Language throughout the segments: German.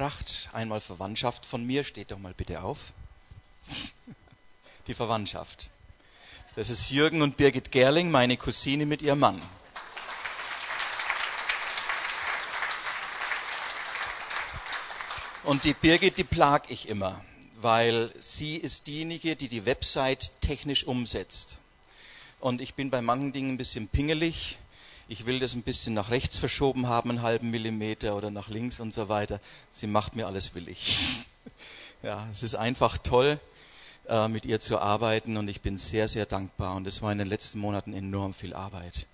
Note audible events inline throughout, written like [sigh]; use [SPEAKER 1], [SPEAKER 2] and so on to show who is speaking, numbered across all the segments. [SPEAKER 1] mitgebracht. Einmal Verwandtschaft von mir, steht doch mal bitte auf. [laughs] Die Verwandtschaft. Das ist Jürgen und Birgit Gerling, meine Cousine mit ihrem Mann. Und die Birgit, die plag ich immer, weil sie ist diejenige, die die Website technisch umsetzt. Und ich bin bei manchen Dingen ein bisschen pingelig. Ich will das ein bisschen nach rechts verschoben haben, einen halben Millimeter oder nach links und so weiter. Sie macht mir alles willig. [laughs] ja, es ist einfach toll, äh, mit ihr zu arbeiten und ich bin sehr, sehr dankbar. Und es war in den letzten Monaten enorm viel Arbeit.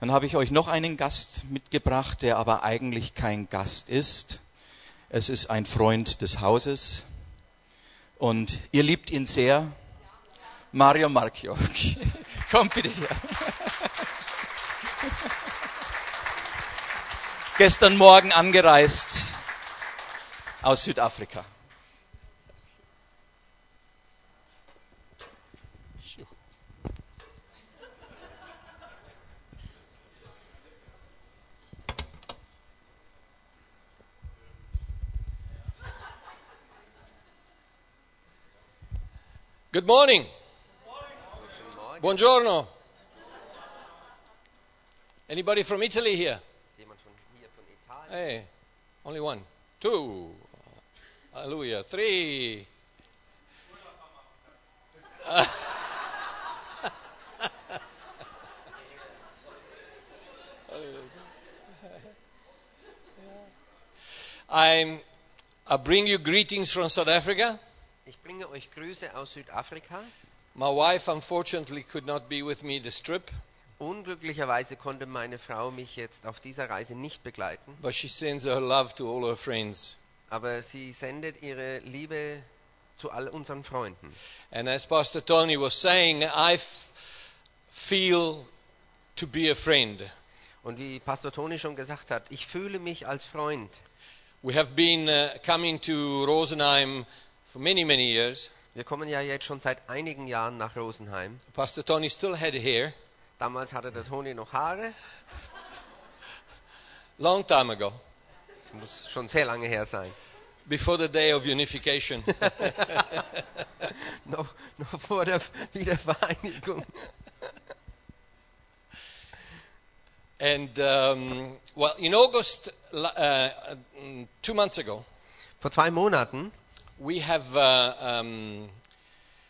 [SPEAKER 1] Dann habe ich euch noch einen Gast mitgebracht, der aber eigentlich kein Gast ist. Es ist ein Freund des Hauses und ihr liebt ihn sehr. Mario Marchio. [laughs] Kommt bitte her. Gestern Morgen angereist aus Südafrika.
[SPEAKER 2] Good morning. Buongiorno. Anybody from Italy here?
[SPEAKER 3] jemand von hier, von Italien.
[SPEAKER 2] Hey, only one, two, hallelujah, three. [laughs] I'm, I bring you greetings from South Africa.
[SPEAKER 3] Ich bringe euch Grüße aus Südafrika.
[SPEAKER 2] My wife unfortunately could not be with me this trip,
[SPEAKER 3] Unglücklicherweise konnte meine Frau mich jetzt auf dieser Reise nicht begleiten,
[SPEAKER 2] but she sends her love to all her friends.
[SPEAKER 3] aber sie sendet ihre Liebe zu all unseren Freunden.
[SPEAKER 2] And as Pastor Tony was saying, I f- feel to be a friend.
[SPEAKER 3] Und wie Pastor Toni schon gesagt hat, ich fühle mich als Freund.
[SPEAKER 2] We have been uh, coming to Rosenheim for many, many years.
[SPEAKER 3] Wir kommen ja jetzt schon seit einigen Jahren nach Rosenheim.
[SPEAKER 2] Pastor Tony still had hair,
[SPEAKER 3] Damals hatte der Toni noch Haare.
[SPEAKER 2] long time ago,
[SPEAKER 3] Das muss schon sehr lange her sein.
[SPEAKER 2] before the day of unification.
[SPEAKER 3] Noch, noch vor der [laughs] Wiedervereinigung.
[SPEAKER 2] and um, well, in August, uh, um, two months ago,
[SPEAKER 3] Vor zwei Monaten
[SPEAKER 2] we have uh, um,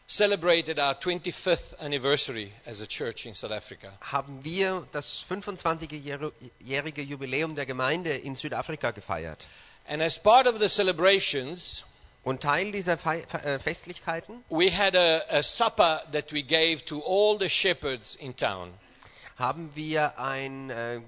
[SPEAKER 2] celebrated our 25th anniversary as a church in South Africa.
[SPEAKER 3] haben wir das 25-jährige Jubiläum der Gemeinde in Südafrika gefeiert.
[SPEAKER 2] And as part of the celebrations,
[SPEAKER 3] Und Teil dieser Fei- Fe- äh, Festlichkeiten
[SPEAKER 2] we had a, a supper that we gave to all the shepherds in town.
[SPEAKER 3] haben wir ein äh,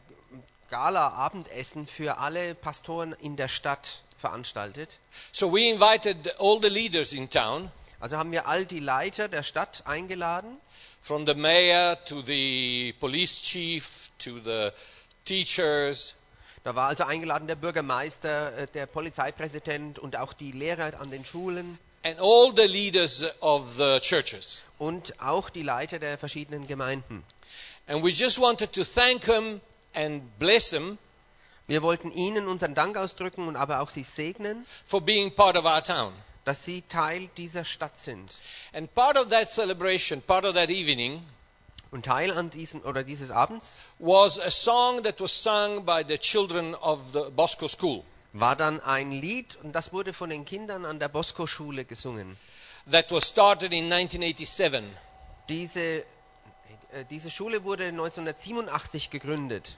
[SPEAKER 3] Gala-Abendessen für alle Pastoren in der Stadt veranstaltet.
[SPEAKER 2] So we invited all the leaders in town,
[SPEAKER 3] Also haben wir all die Leiter der Stadt eingeladen,
[SPEAKER 2] from the mayor to the police chief to the teachers,
[SPEAKER 3] Da war also eingeladen der Bürgermeister, äh, der Polizeipräsident und auch die Lehrer an den Schulen
[SPEAKER 2] and all the leaders of the churches.
[SPEAKER 3] und auch die Leiter der verschiedenen Gemeinden.
[SPEAKER 2] And we just wanted to thank them and bless them
[SPEAKER 3] Wir wollten ihnen unseren Dank ausdrücken und aber auch sie segnen,
[SPEAKER 2] for being part of our town.
[SPEAKER 3] dass sie Teil dieser Stadt sind.
[SPEAKER 2] And part of that celebration, part of that evening,
[SPEAKER 3] Und Teil an diesem oder dieses Abends
[SPEAKER 2] was a song that was sung by the children of the Bosco School.
[SPEAKER 3] war dann ein Lied und das wurde von den Kindern an der Bosco-Schule gesungen.
[SPEAKER 2] that was started in 1987.
[SPEAKER 3] Diese, äh, diese Schule wurde 1987 gegründet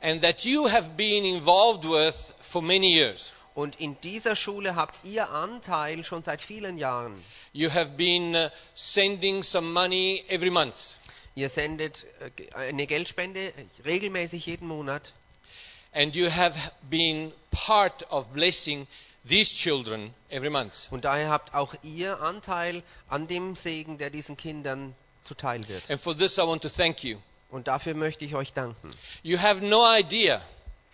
[SPEAKER 2] And that you have been involved with for many years.
[SPEAKER 3] und in dieser Schule habt ihr Anteil schon seit vielen Jahren.
[SPEAKER 2] You have been uh, sending some money every month.
[SPEAKER 3] Ihr sendet äh, ge- eine Geldspende regelmäßig jeden Monat
[SPEAKER 2] And you have been part of blessing these children every month.
[SPEAKER 3] und daher habt auch ihr Anteil an dem Segen, der diesen Kindern zuteil wird.
[SPEAKER 2] And for this, I want to thank you.
[SPEAKER 3] Und dafür möchte ich euch danken.
[SPEAKER 2] You have no idea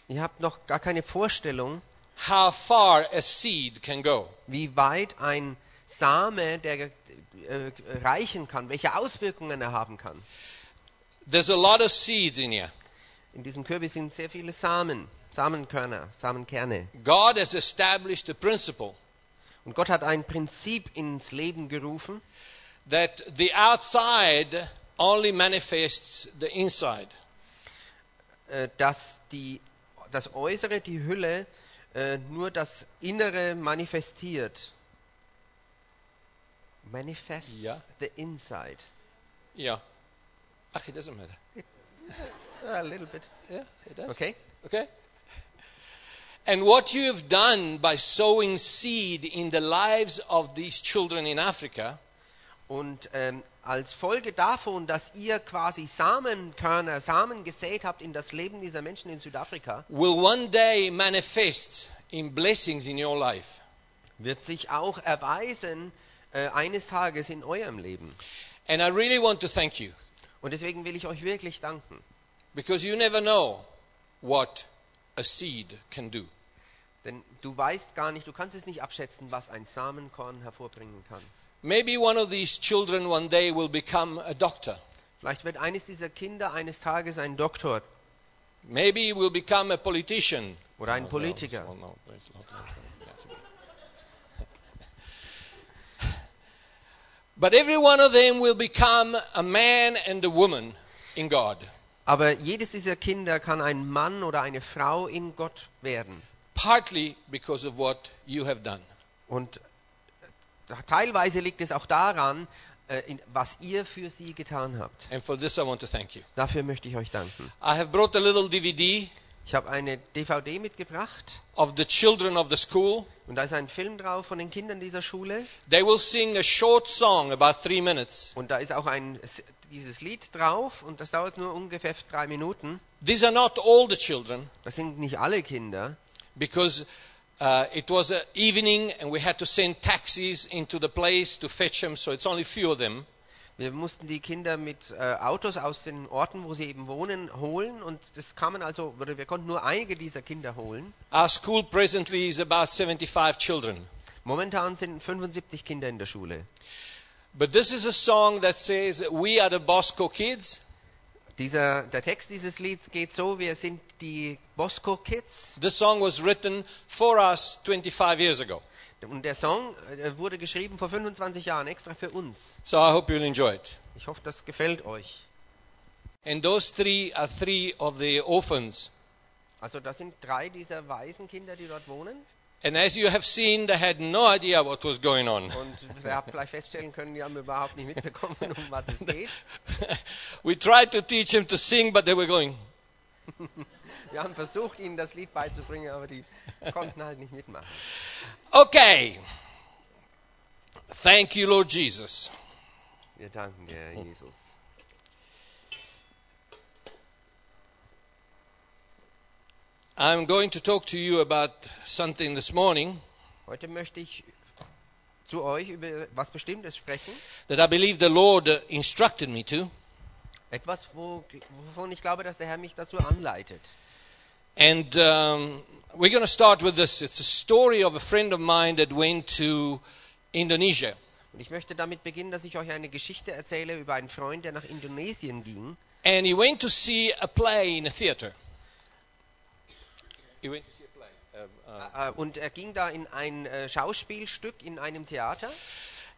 [SPEAKER 3] Ihr habt noch gar keine Vorstellung,
[SPEAKER 2] how far a seed can go.
[SPEAKER 3] wie weit ein Same, der äh, reichen kann, welche Auswirkungen er haben kann.
[SPEAKER 2] There's a lot of seeds in here.
[SPEAKER 3] In diesem Kürbis sind sehr viele Samen. Samenkörner, Samenkerne.
[SPEAKER 2] God has established a principle
[SPEAKER 3] Und Gott hat ein Prinzip ins Leben gerufen,
[SPEAKER 2] that the outside only manifests the inside.
[SPEAKER 3] äh, dass die, das Äußere, die Hülle, äh, nur das Innere manifestiert. Manifests
[SPEAKER 2] Ja.
[SPEAKER 3] the inside.
[SPEAKER 2] Yeah. Ach, it doesn't matter.
[SPEAKER 3] Ah, A little bit.
[SPEAKER 2] Yeah, it does.
[SPEAKER 3] Okay?
[SPEAKER 2] Okay? And what you have done by sowing seed in the lives of these children in Africa
[SPEAKER 3] Und ähm, als Folge davon, dass ihr quasi Samenkörner, Samen gesät habt in das Leben dieser Menschen in Südafrika,
[SPEAKER 2] will one day manifest in blessings in your life.
[SPEAKER 3] wird sich auch erweisen äh, eines Tages in eurem Leben.
[SPEAKER 2] And I really want to thank you
[SPEAKER 3] Und deswegen will ich euch wirklich danken,
[SPEAKER 2] because you never know what a seed can do.
[SPEAKER 3] denn du weißt gar nicht, du kannst es nicht abschätzen, was ein Samenkorn hervorbringen kann.
[SPEAKER 2] Maybe one of these children one day will become a doctor.
[SPEAKER 3] Vielleicht wird eines dieser Kinder eines Tages ein Doktor
[SPEAKER 2] Maybe he will become a politician.
[SPEAKER 3] oder ein
[SPEAKER 2] No,
[SPEAKER 3] Politiker.
[SPEAKER 2] no, no, it's not like that. Yes. But every one of them will become a man and a woman in God,
[SPEAKER 3] Aber jedes dieser Kinder kann ein Mann oder eine Frau in Gott werden.
[SPEAKER 2] partly because of what you have done.
[SPEAKER 3] Und äh, teilweise liegt es auch daran, äh, in, was ihr für sie getan habt.
[SPEAKER 2] And for this, I want to thank you.
[SPEAKER 3] Dafür möchte ich euch danken.
[SPEAKER 2] I have brought a little DVD
[SPEAKER 3] Ich habe eine DVD mitgebracht
[SPEAKER 2] of the children of the school.
[SPEAKER 3] und da ist ein Film drauf von den Kindern dieser Schule
[SPEAKER 2] They will sing a short song, about three minutes.
[SPEAKER 3] und da ist auch ein dieses Lied drauf und das dauert nur ungefähr drei Minuten.
[SPEAKER 2] These are not all the children,
[SPEAKER 3] Das sind nicht alle Kinder,
[SPEAKER 2] because uh, it was an evening and we had to send taxis into the place to fetch them, so it's only few of them.
[SPEAKER 3] Wir mussten die Kinder mit äh, Autos aus den Orten, wo sie eben wohnen, holen und das kamen also, oder wir konnten nur einige dieser Kinder holen.
[SPEAKER 2] Our school presently is about 75 children.
[SPEAKER 3] Momentan sind 75 Kinder in der Schule.
[SPEAKER 2] But this is a song that says, We are the Bosco kids.
[SPEAKER 3] Dieser, der Text dieses Lieds geht so, wir sind die Bosco Kids
[SPEAKER 2] This song was written for us 25 years ago.
[SPEAKER 3] und der Song äh, wurde geschrieben vor 25 Jahren extra für uns.
[SPEAKER 2] So I hope you'll enjoy it.
[SPEAKER 3] Ich hoffe, das gefällt euch.
[SPEAKER 2] And those three are three of the orphans.
[SPEAKER 3] Also das sind drei dieser Waisenkinder, die dort wohnen
[SPEAKER 2] And as you have seen, they had no idea what was going on.
[SPEAKER 3] und wir haben vielleicht feststellen können, die haben überhaupt nicht mitbekommen, um was es geht.
[SPEAKER 2] we tried to teach them to sing, but they were going.
[SPEAKER 3] Wir haben versucht, ihnen das Lied beizubringen, aber die konnten halt nicht mitmachen.
[SPEAKER 2] Okay. Thank you, Lord Jesus.
[SPEAKER 3] Wir danken dir, Herr Jesus.
[SPEAKER 2] I'm going to talk to you about something this morning
[SPEAKER 3] Heute möchte ich zu euch über was Bestimmtes sprechen.
[SPEAKER 2] that I believe the Lord uh, instructed me to.
[SPEAKER 3] Etwas, wo, wovon ich glaube, dass der Herr mich dazu anleitet.
[SPEAKER 2] And um, we're going to start with this. It's a story of a friend of mine that went to Indonesia.
[SPEAKER 3] Und ich möchte damit beginnen, dass ich euch eine Geschichte erzähle über einen Freund, der nach Indonesien ging.
[SPEAKER 2] And he went to see a play in a theater. He went to see a play. Uh, uh,
[SPEAKER 3] Äh, Und er ging da in ein äh, Schauspielstück in einem Theater.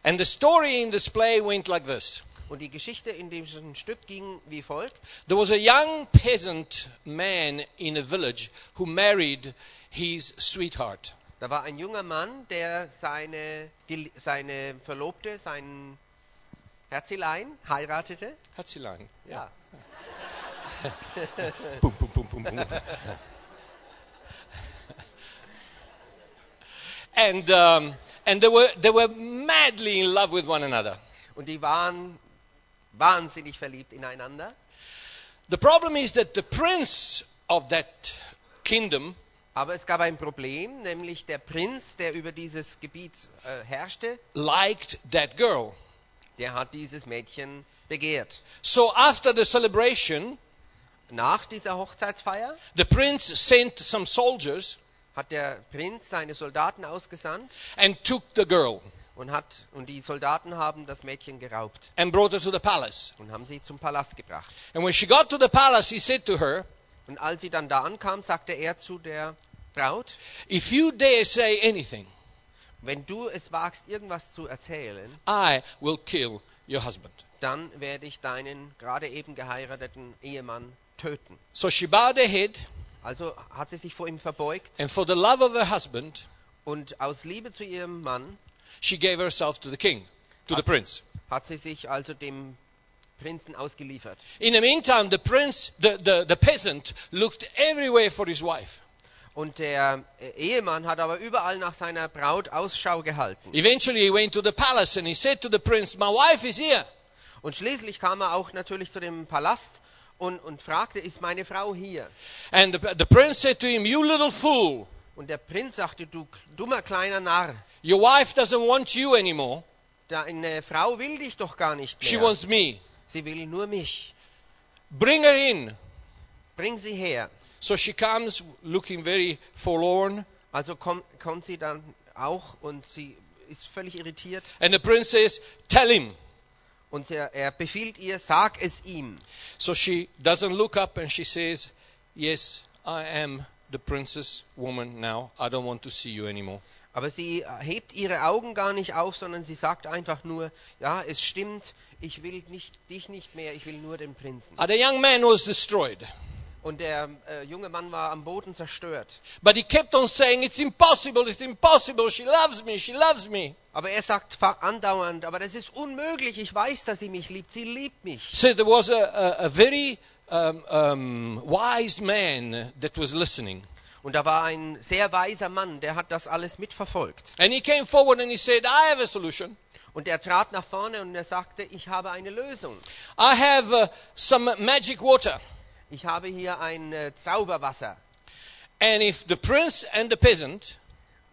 [SPEAKER 2] and the story in this play went like this
[SPEAKER 3] Und die Geschichte in diesem Stück ging wie folgt.
[SPEAKER 2] There was a young peasant man in a village who married his sweetheart.
[SPEAKER 3] Da war ein junger Mann, der seine, die, seine Verlobte, sein Herzelein heiratete.
[SPEAKER 2] Hatzilein.
[SPEAKER 3] Ja.
[SPEAKER 1] Pum, pum, pum, pum, pum.
[SPEAKER 2] And, um, and they, were, they were madly in love with one another.
[SPEAKER 3] Und die waren wahnsinnig verliebt ineinander.
[SPEAKER 2] The problem is that the prince of that kingdom
[SPEAKER 3] Aber es gab ein Problem, nämlich der Prinz, der über dieses Gebiet äh, herrschte,
[SPEAKER 2] liked that girl.
[SPEAKER 3] der hat dieses Mädchen begehrt.
[SPEAKER 2] So after the celebration,
[SPEAKER 3] Nach dieser Hochzeitsfeier
[SPEAKER 2] the prince sent some soldiers
[SPEAKER 3] hat der Prinz seine Soldaten ausgesandt
[SPEAKER 2] and took the girl
[SPEAKER 3] und, hat, und die Soldaten haben das Mädchen geraubt
[SPEAKER 2] and brought her to the palace.
[SPEAKER 3] und haben sie zum Palast gebracht.
[SPEAKER 2] And when she got to the palace, he said to her,
[SPEAKER 3] Und als sie dann da ankam, sagte er zu der Braut,
[SPEAKER 2] If you dare say anything,
[SPEAKER 3] wenn du es wagst, irgendwas zu erzählen,
[SPEAKER 2] I will kill your husband.
[SPEAKER 3] dann werde ich deinen gerade eben geheirateten Ehemann töten.
[SPEAKER 2] So she bowed her head,
[SPEAKER 3] Also hat sie sich vor ihm verbeugt
[SPEAKER 2] and for the love of her husband,
[SPEAKER 3] und aus Liebe zu ihrem Mann
[SPEAKER 2] she gave herself to the king, to the prince.
[SPEAKER 3] hat sie sich also dem Prinzen ausgeliefert.
[SPEAKER 2] In the meantime, the prince, the, the, the peasant, looked everywhere for his wife.
[SPEAKER 3] Und der äh, Ehemann hat aber überall nach seiner Braut Ausschau gehalten.
[SPEAKER 2] Eventually, he went to the palace and he said to the prince, My wife is here.
[SPEAKER 3] Und schließlich kam er auch natürlich zu dem Palast und, und fragte, ist meine Frau hier?
[SPEAKER 2] And the, the prince said to him, You little fool,
[SPEAKER 3] Und der Prinz sagte, du dummer kleiner Narr,
[SPEAKER 2] your wife doesn't want you anymore.
[SPEAKER 3] deine Frau will dich doch gar nicht
[SPEAKER 2] She
[SPEAKER 3] mehr.
[SPEAKER 2] wants me.
[SPEAKER 3] Sie will nur mich.
[SPEAKER 2] Bring her in.
[SPEAKER 3] Bring sie her.
[SPEAKER 2] So she comes looking very forlorn.
[SPEAKER 3] Also kommt, kommt sie dann auch und sie ist völlig irritiert
[SPEAKER 2] And the prince says, Tell him.
[SPEAKER 3] und er, er befiehlt ihr, sag es ihm.
[SPEAKER 2] So she doesn't look up and she says, Yes, I am the princess woman now. I don't want to see you anymore.
[SPEAKER 3] Aber sie hebt ihre Augen gar nicht auf, sondern sie sagt einfach nur, ja, es stimmt, ich will nicht, dich nicht mehr, ich will nur den Prinzen.
[SPEAKER 2] And the young man was destroyed.
[SPEAKER 3] Und der äh, junge Mann war am Boden zerstört.
[SPEAKER 2] But he kept on saying, It's impossible, it's impossible. She loves me, she loves me.
[SPEAKER 3] Aber er sagt fa- andauernd, aber das ist unmöglich, ich weiß, dass sie mich liebt, sie liebt mich.
[SPEAKER 2] So there was a, a, a very um, um, wise man that was listening.
[SPEAKER 3] Und da war ein sehr weiser Mann, der hat das alles mitverfolgt.
[SPEAKER 2] And he came forward and he said, I have a solution.
[SPEAKER 3] Und er trat nach vorne und er sagte, ich habe eine Lösung.
[SPEAKER 2] I have uh, some magic water.
[SPEAKER 3] Ich habe hier ein äh, Zauberwasser.
[SPEAKER 2] And if the prince and the peasant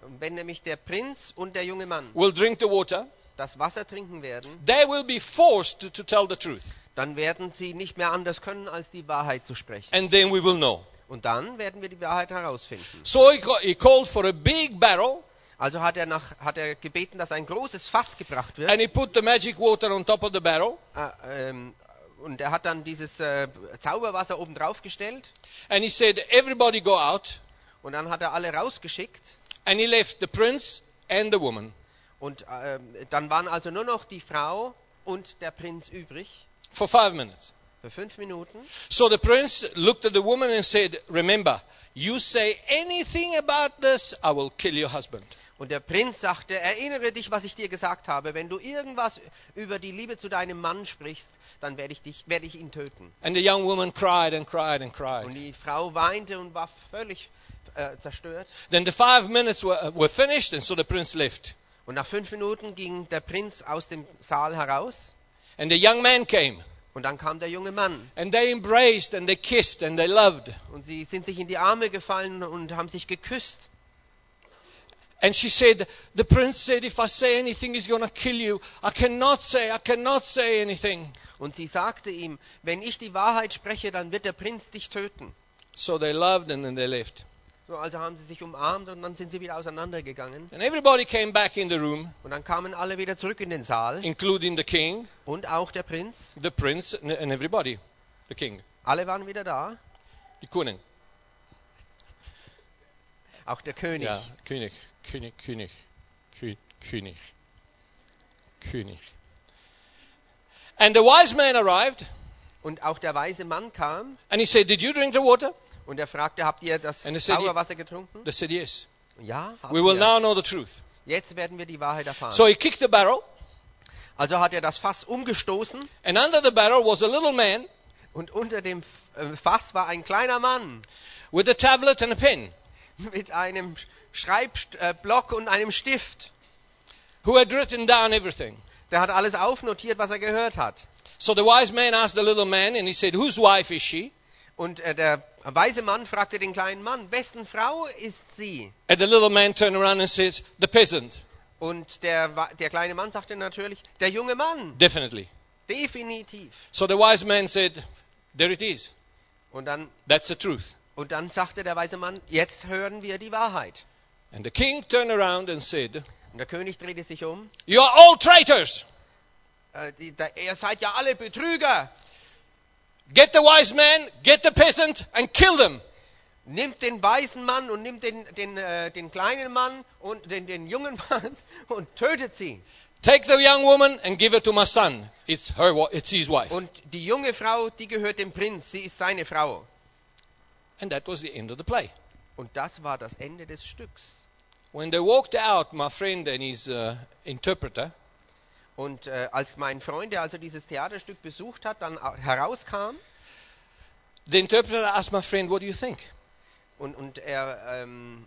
[SPEAKER 3] Und wenn nämlich der Prinz und der junge Mann
[SPEAKER 2] will drink the water,
[SPEAKER 3] das Wasser trinken werden,
[SPEAKER 2] they will be forced to, to tell the truth.
[SPEAKER 3] dann werden sie nicht mehr anders können, als die Wahrheit zu sprechen.
[SPEAKER 2] And then we will know.
[SPEAKER 3] Und dann werden wir die Wahrheit herausfinden.
[SPEAKER 2] So he, ca- he called for a big barrel
[SPEAKER 3] Also hat er, nach, hat er gebeten, dass ein großes Fass gebracht wird.
[SPEAKER 2] and he put the magic water on top of the barrel
[SPEAKER 3] Ah, ähm, und er hat dann dieses äh, Zauberwasser oben drauf gestellt
[SPEAKER 2] and he said, Everybody go out.
[SPEAKER 3] und dann hat er alle rausgeschickt
[SPEAKER 2] And he left the prince and the woman
[SPEAKER 3] und ähm, dann waren also nur noch die Frau und der Prinz übrig
[SPEAKER 2] for five minutes.
[SPEAKER 3] für fünf Minuten.
[SPEAKER 2] So the prince looked at the woman and said, Remember, you say anything about this, I will kill your husband.
[SPEAKER 3] Und der Prinz sagte, erinnere dich, was ich dir gesagt habe. Wenn du irgendwas über die Liebe zu deinem Mann sprichst, dann werde ich, dich, werde ich ihn töten.
[SPEAKER 2] And the young woman cried and cried and
[SPEAKER 3] Und
[SPEAKER 2] cried.
[SPEAKER 3] die Frau weinte und war völlig äh, zerstört.
[SPEAKER 2] Then the five minutes were, uh, were finished, and so the prince left.
[SPEAKER 3] Und nach fünf Minuten ging der Prinz aus dem Saal heraus
[SPEAKER 2] And the young man came,
[SPEAKER 3] und dann kam der junge Mann.
[SPEAKER 2] and they embraced, and they kissed, and they loved.
[SPEAKER 3] Und sie sind sich in die Arme gefallen und haben sich geküsst.
[SPEAKER 2] And she said, The prince said, If I say anything, he's going to kill you. I cannot say, I cannot say anything.
[SPEAKER 3] Und sie sagte ihm, wenn ich die Wahrheit spreche, dann wird der Prinz dich töten.
[SPEAKER 2] So they loved, and then they left.
[SPEAKER 3] So, also haben sie sich umarmt und dann sind sie wieder auseinandergegangen.
[SPEAKER 2] And everybody came back in the room,
[SPEAKER 3] Und dann kamen alle wieder zurück in den Saal
[SPEAKER 2] including the king,
[SPEAKER 3] und auch der Prinz.
[SPEAKER 2] the prince, and- and everybody. The king,
[SPEAKER 3] Alle waren wieder da,
[SPEAKER 2] the Kuning.
[SPEAKER 3] auch der König.
[SPEAKER 2] Ja, König, König, König, Kö- König, König. And the wise man arrived
[SPEAKER 3] Und auch der weise Mann kam
[SPEAKER 2] and he said, Did you drink the water?
[SPEAKER 3] und er fragte, habt ihr das
[SPEAKER 2] And he said,
[SPEAKER 3] Sauerwasser getrunken?
[SPEAKER 2] They said, Yes.
[SPEAKER 3] Ja, haben
[SPEAKER 2] We will
[SPEAKER 3] wir.
[SPEAKER 2] now know the truth.
[SPEAKER 3] Jetzt werden wir die Wahrheit erfahren.
[SPEAKER 2] So he kicked the barrel
[SPEAKER 3] also hat er das Fass umgestoßen
[SPEAKER 2] and under the barrel was a little man
[SPEAKER 3] und unter dem F- äh, Fass war ein kleiner Mann
[SPEAKER 2] with a tablet and a pen
[SPEAKER 3] mit einem Sch- Schreibblock und einem Stift.
[SPEAKER 2] who had written down everything.
[SPEAKER 3] Der hat alles aufnotiert, was er gehört hat.
[SPEAKER 2] So the wise man asked the little man and he said, Whose wife is she?
[SPEAKER 3] Und äh, der weise Mann fragte den kleinen Mann, wessen Frau ist sie?
[SPEAKER 2] And the little man turned around and says, The peasant,
[SPEAKER 3] Und der, wa- der kleine Mann sagte natürlich, der junge Mann,
[SPEAKER 2] definitely.
[SPEAKER 3] definitiv.
[SPEAKER 2] So the wise man said, There it is.
[SPEAKER 3] Und dann,
[SPEAKER 2] That's the truth.
[SPEAKER 3] und dann sagte der weise Mann, jetzt hören wir die Wahrheit.
[SPEAKER 2] And the king turned around and said,
[SPEAKER 3] Und der König drehte sich um.
[SPEAKER 2] You are all traitors.
[SPEAKER 3] Äh, die, da, ihr seid ja alle Betrüger.
[SPEAKER 2] Get the wise man, get the peasant, and kill them.
[SPEAKER 3] Nimmt den weißen Mann und nimmt den, den, äh, den kleinen Mann und den, den jungen [laughs] Mann und tötet sie.
[SPEAKER 2] Take the young woman and give her to my son. It's her. wa- It's his wife.
[SPEAKER 3] Und die junge Frau, die gehört dem Prinz, sie ist seine Frau.
[SPEAKER 2] And that was the end of the play.
[SPEAKER 3] Und das war das Ende des Stücks.
[SPEAKER 2] When they walked out, my friend and his uh, interpreter,
[SPEAKER 3] Und äh, als mein Freund, der also dieses Theaterstück besucht hat, dann au- herauskam
[SPEAKER 2] the interpreter asked my friend, "What do you think?"
[SPEAKER 3] und, und er, ähm,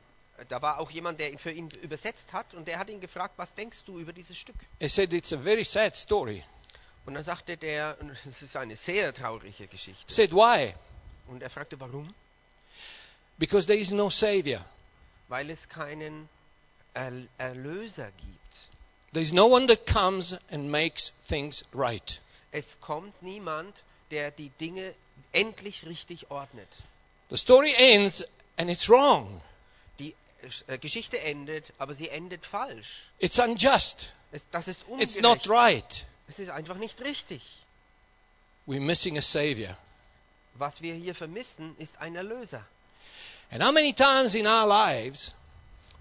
[SPEAKER 3] da war auch jemand, der für ihn übersetzt hat und der hat ihn gefragt, was denkst du über dieses Stück?
[SPEAKER 2] He said, "It's a very sad story."
[SPEAKER 3] Und dann sagte der, [laughs] und es ist eine sehr traurige Geschichte.
[SPEAKER 2] He said, "Why?"
[SPEAKER 3] Und er fragte, warum?
[SPEAKER 2] Because there is no savior.
[SPEAKER 3] Weil es keinen Erl- Erlöser gibt.
[SPEAKER 2] There is no one that comes and makes things right.
[SPEAKER 3] Es kommt niemand, der die Dinge endlich richtig ordnet.
[SPEAKER 2] The story ends, and it's wrong.
[SPEAKER 3] Die äh, Geschichte endet, aber sie endet falsch.
[SPEAKER 2] It's unjust.
[SPEAKER 3] Es, das ist
[SPEAKER 2] It's not
[SPEAKER 3] ungerecht.
[SPEAKER 2] right.
[SPEAKER 3] Es ist einfach nicht richtig.
[SPEAKER 2] We're missing a savior.
[SPEAKER 3] Was wir hier vermissen, ist ein Erlöser.
[SPEAKER 2] And how many times in our lives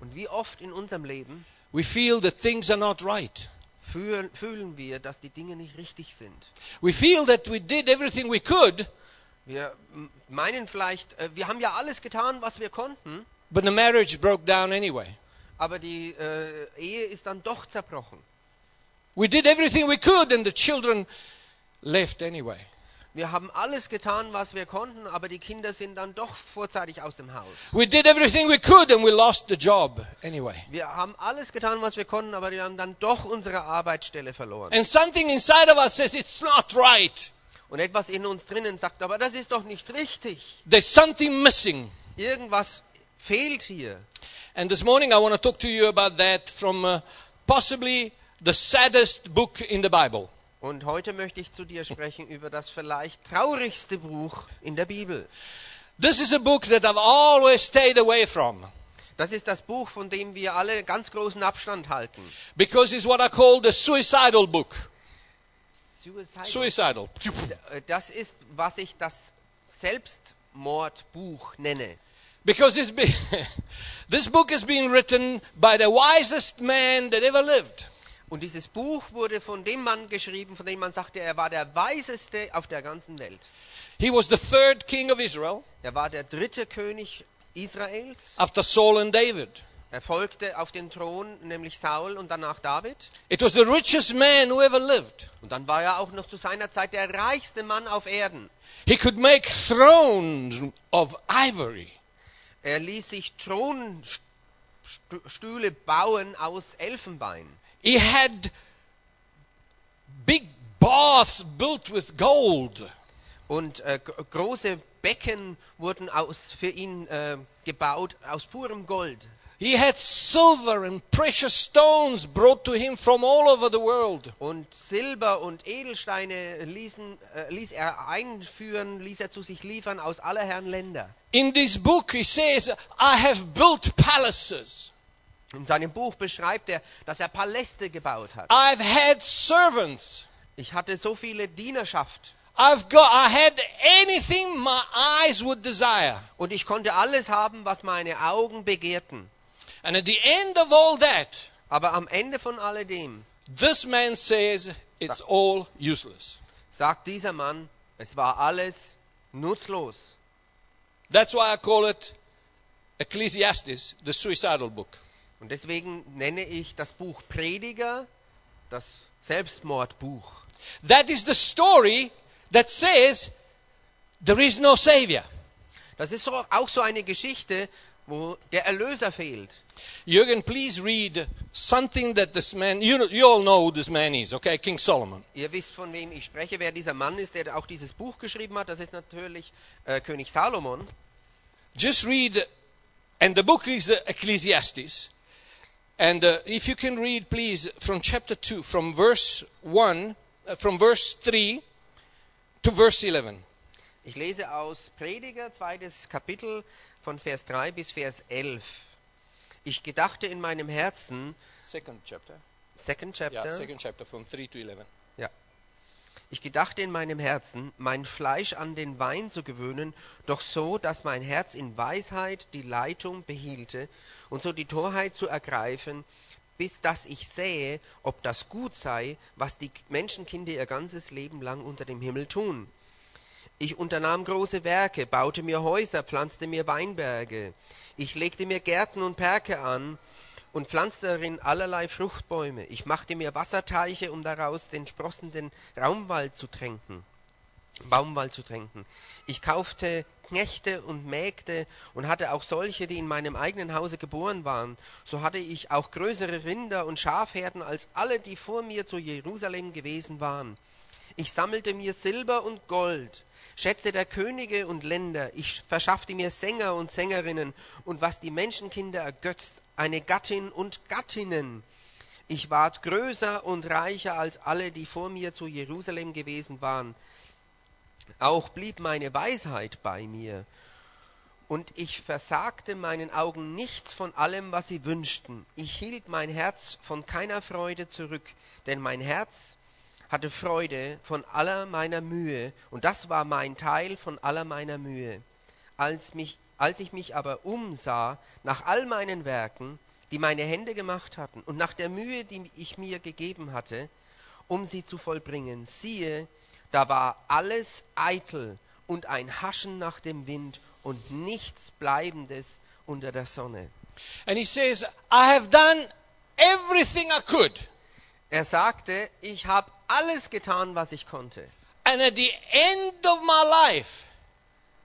[SPEAKER 3] Und wie oft in unserem Leben
[SPEAKER 2] we feel that things are not right?
[SPEAKER 3] fühlen, fühlen wir, dass die Dinge nicht richtig sind.
[SPEAKER 2] We feel that we did everything we could,
[SPEAKER 3] Wir m- meinen vielleicht, äh, wir haben ja alles getan, was wir konnten,
[SPEAKER 2] but the marriage broke down anyway.
[SPEAKER 3] aber die äh, Ehe ist dann doch zerbrochen.
[SPEAKER 2] We did everything we could, and the children left anyway.
[SPEAKER 3] Wir haben alles getan, was wir konnten, aber die Kinder sind dann doch vorzeitig aus dem Haus.
[SPEAKER 2] We did everything we could, and we lost the job anyway.
[SPEAKER 3] Wir haben alles getan, was wir konnten, aber wir haben dann doch unsere Arbeitsstelle verloren.
[SPEAKER 2] And something inside of us says it's not right.
[SPEAKER 3] Und etwas in uns drinnen sagt, aber das ist doch nicht richtig.
[SPEAKER 2] There's something missing.
[SPEAKER 3] Irgendwas fehlt hier.
[SPEAKER 2] And this morning I want to talk to you about that from uh, possibly the saddest book in the Bible.
[SPEAKER 3] Und heute möchte ich zu dir sprechen über das vielleicht traurigste Buch in der Bibel.
[SPEAKER 2] This is a book that I've always stayed away from
[SPEAKER 3] Das ist das Buch, von dem wir alle ganz großen Abstand halten.
[SPEAKER 2] because it's what I call the suicidal book.
[SPEAKER 3] Suicide.
[SPEAKER 2] Suicidal.
[SPEAKER 3] Äh, Das ist, was ich das Selbstmordbuch nenne.
[SPEAKER 2] Because it's be- [laughs] this book is being written by the wisest man that ever lived.
[SPEAKER 3] Und dieses Buch wurde von dem Mann geschrieben, von dem man sagte, er war der Weiseste auf der ganzen Welt.
[SPEAKER 2] He was the third king of Israel
[SPEAKER 3] Er war der dritte König Israels.
[SPEAKER 2] after Saul and David.
[SPEAKER 3] Er folgte auf den Thron, nämlich Saul und danach David.
[SPEAKER 2] It was the richest man who ever lived.
[SPEAKER 3] Und dann war er auch noch zu seiner Zeit der reichste Mann auf Erden.
[SPEAKER 2] He could make thrones of ivory.
[SPEAKER 3] Er ließ sich Thronstühle bauen aus Elfenbein.
[SPEAKER 2] He had big baths built with gold.
[SPEAKER 3] Und äh, gro- große Becken wurden aus, für ihn äh, gebaut aus purem Gold.
[SPEAKER 2] He had silver and precious stones brought to him from all over the world.
[SPEAKER 3] Und Silber und Edelsteine ließen, äh, ließ er einführen, ließ er zu sich liefern aus aller Herren Länder.
[SPEAKER 2] In this book, he says, I have built palaces.
[SPEAKER 3] In seinem Buch beschreibt er, dass er Paläste gebaut hat.
[SPEAKER 2] I've had servants.
[SPEAKER 3] Ich hatte so viele Dienerschaft
[SPEAKER 2] I've got, I had anything my eyes would desire.
[SPEAKER 3] und ich konnte alles haben, was meine Augen begehrten.
[SPEAKER 2] And at the end of all that,
[SPEAKER 3] Aber am Ende von alledem
[SPEAKER 2] this man says, it's all useless.
[SPEAKER 3] sagt dieser Mann, es war alles nutzlos.
[SPEAKER 2] That's why I call it Ecclesiastes, the suicidal book.
[SPEAKER 3] Und deswegen nenne ich das Buch Prediger das Selbstmordbuch.
[SPEAKER 2] That is the story that says there is no savior.
[SPEAKER 3] Das ist so, auch so eine Geschichte, wo der Erlöser fehlt.
[SPEAKER 2] Jürgen, please read something that this man, you, know, you all know who this man is, okay? King Solomon.
[SPEAKER 3] Ihr wisst, von wem ich spreche, wer dieser Mann ist, der auch dieses Buch geschrieben hat. Das ist natürlich äh, König Salomon.
[SPEAKER 2] Just read, and the book is uh, Ecclesiastes. And uh, if you can read, please, from chapter 2, from verse 1, uh, from verse 3 to verse 11.
[SPEAKER 3] Ich lese aus Prediger, zweites Kapitel von Vers 3 bis Vers 11. Ich gedachte in meinem Herzen,
[SPEAKER 2] Second chapter.
[SPEAKER 3] second chapter,
[SPEAKER 2] Yeah, second chapter, from 3 to 11.
[SPEAKER 3] Ich gedachte in meinem Herzen, mein Fleisch an den Wein zu gewöhnen, doch so, dass mein Herz in Weisheit die Leitung behielte und so die Torheit zu ergreifen, bis dass ich sähe, ob das gut sei, was die Menschenkinder ihr ganzes Leben lang unter dem Himmel tun. Ich unternahm große Werke, baute mir Häuser, pflanzte mir Weinberge. Ich legte mir Gärten und Perke an und pflanzte darin allerlei Fruchtbäume. Ich machte mir Wasserteiche, um daraus den sprossenden Raumwald zu tränken. Baumwald zu tränken. Ich kaufte Knechte und Mägde und hatte auch solche, die in meinem eigenen Hause geboren waren. So hatte ich auch größere Rinder und Schafherden als alle, die vor mir zu Jerusalem gewesen waren. Ich sammelte mir Silber und Gold, Schätze der Könige und Länder. Ich verschaffte mir Sänger und Sängerinnen und was die Menschenkinder ergötzt, eine Gattin und Gattinnen. Ich ward größer und reicher als alle, die vor mir zu Jerusalem gewesen waren. Auch blieb meine Weisheit bei mir, und ich versagte meinen Augen nichts von allem, was sie wünschten. Ich hielt mein Herz von keiner Freude zurück, denn mein Herz hatte Freude von aller meiner Mühe, und das war mein Teil von aller meiner Mühe. Als, mich, als ich mich aber umsah nach all meinen Werken, die meine Hände gemacht hatten, und nach der Mühe, die ich mir gegeben hatte, um sie zu vollbringen, siehe, da war alles eitel und ein Haschen nach dem Wind und nichts Bleibendes unter der Sonne.
[SPEAKER 2] And he says, I have done everything I could.
[SPEAKER 3] Er sagte, ich habe alles getan, was ich konnte.
[SPEAKER 2] And at the end of my life,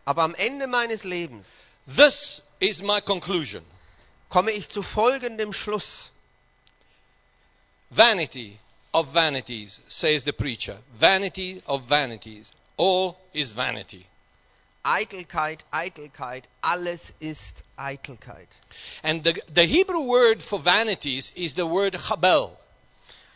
[SPEAKER 3] Aber am Ende meines Lebens
[SPEAKER 2] this is my conclusion
[SPEAKER 3] komme ich zu folgendem Schluss.
[SPEAKER 2] Vanity of vanities, says the preacher. Vanity of vanities. All is vanity.
[SPEAKER 3] Eitelkeit, Eitelkeit, alles ist Eitelkeit.
[SPEAKER 2] And the, the Hebrew word for vanities is the word chabel.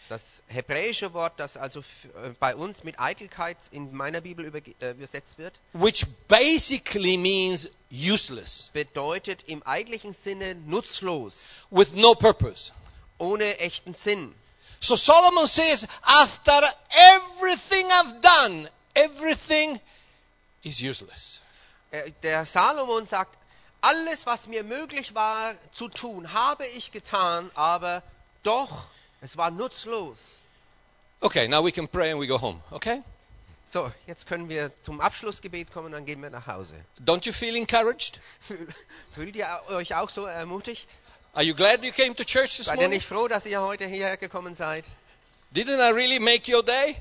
[SPEAKER 3] Das hebräische Wort, das also f- äh, bei uns mit Eitelkeit in meiner Bibel überge- äh, übersetzt wird,
[SPEAKER 2] which basically means useless,
[SPEAKER 3] bedeutet im eigentlichen Sinne nutzlos,
[SPEAKER 2] with no purpose.
[SPEAKER 3] ohne echten Sinn.
[SPEAKER 2] So Solomon says, after everything I've done, everything is useless.
[SPEAKER 3] Äh, Der Salomon sagt, alles, was mir möglich war zu tun, habe ich getan, aber doch, es war nutzlos.
[SPEAKER 2] Okay, now we can pray and we go home, okay?
[SPEAKER 3] So, jetzt können wir zum Abschlussgebet kommen, dann gehen wir nach Hause.
[SPEAKER 2] Don't you feel encouraged?
[SPEAKER 3] Fühl- Fühlt ihr euch auch so ermutigt?
[SPEAKER 2] Are you glad you came to church this
[SPEAKER 3] Seid ihr
[SPEAKER 2] morning?
[SPEAKER 3] nicht froh, dass ihr heute hierher gekommen seid?
[SPEAKER 2] Didn't I really make your day?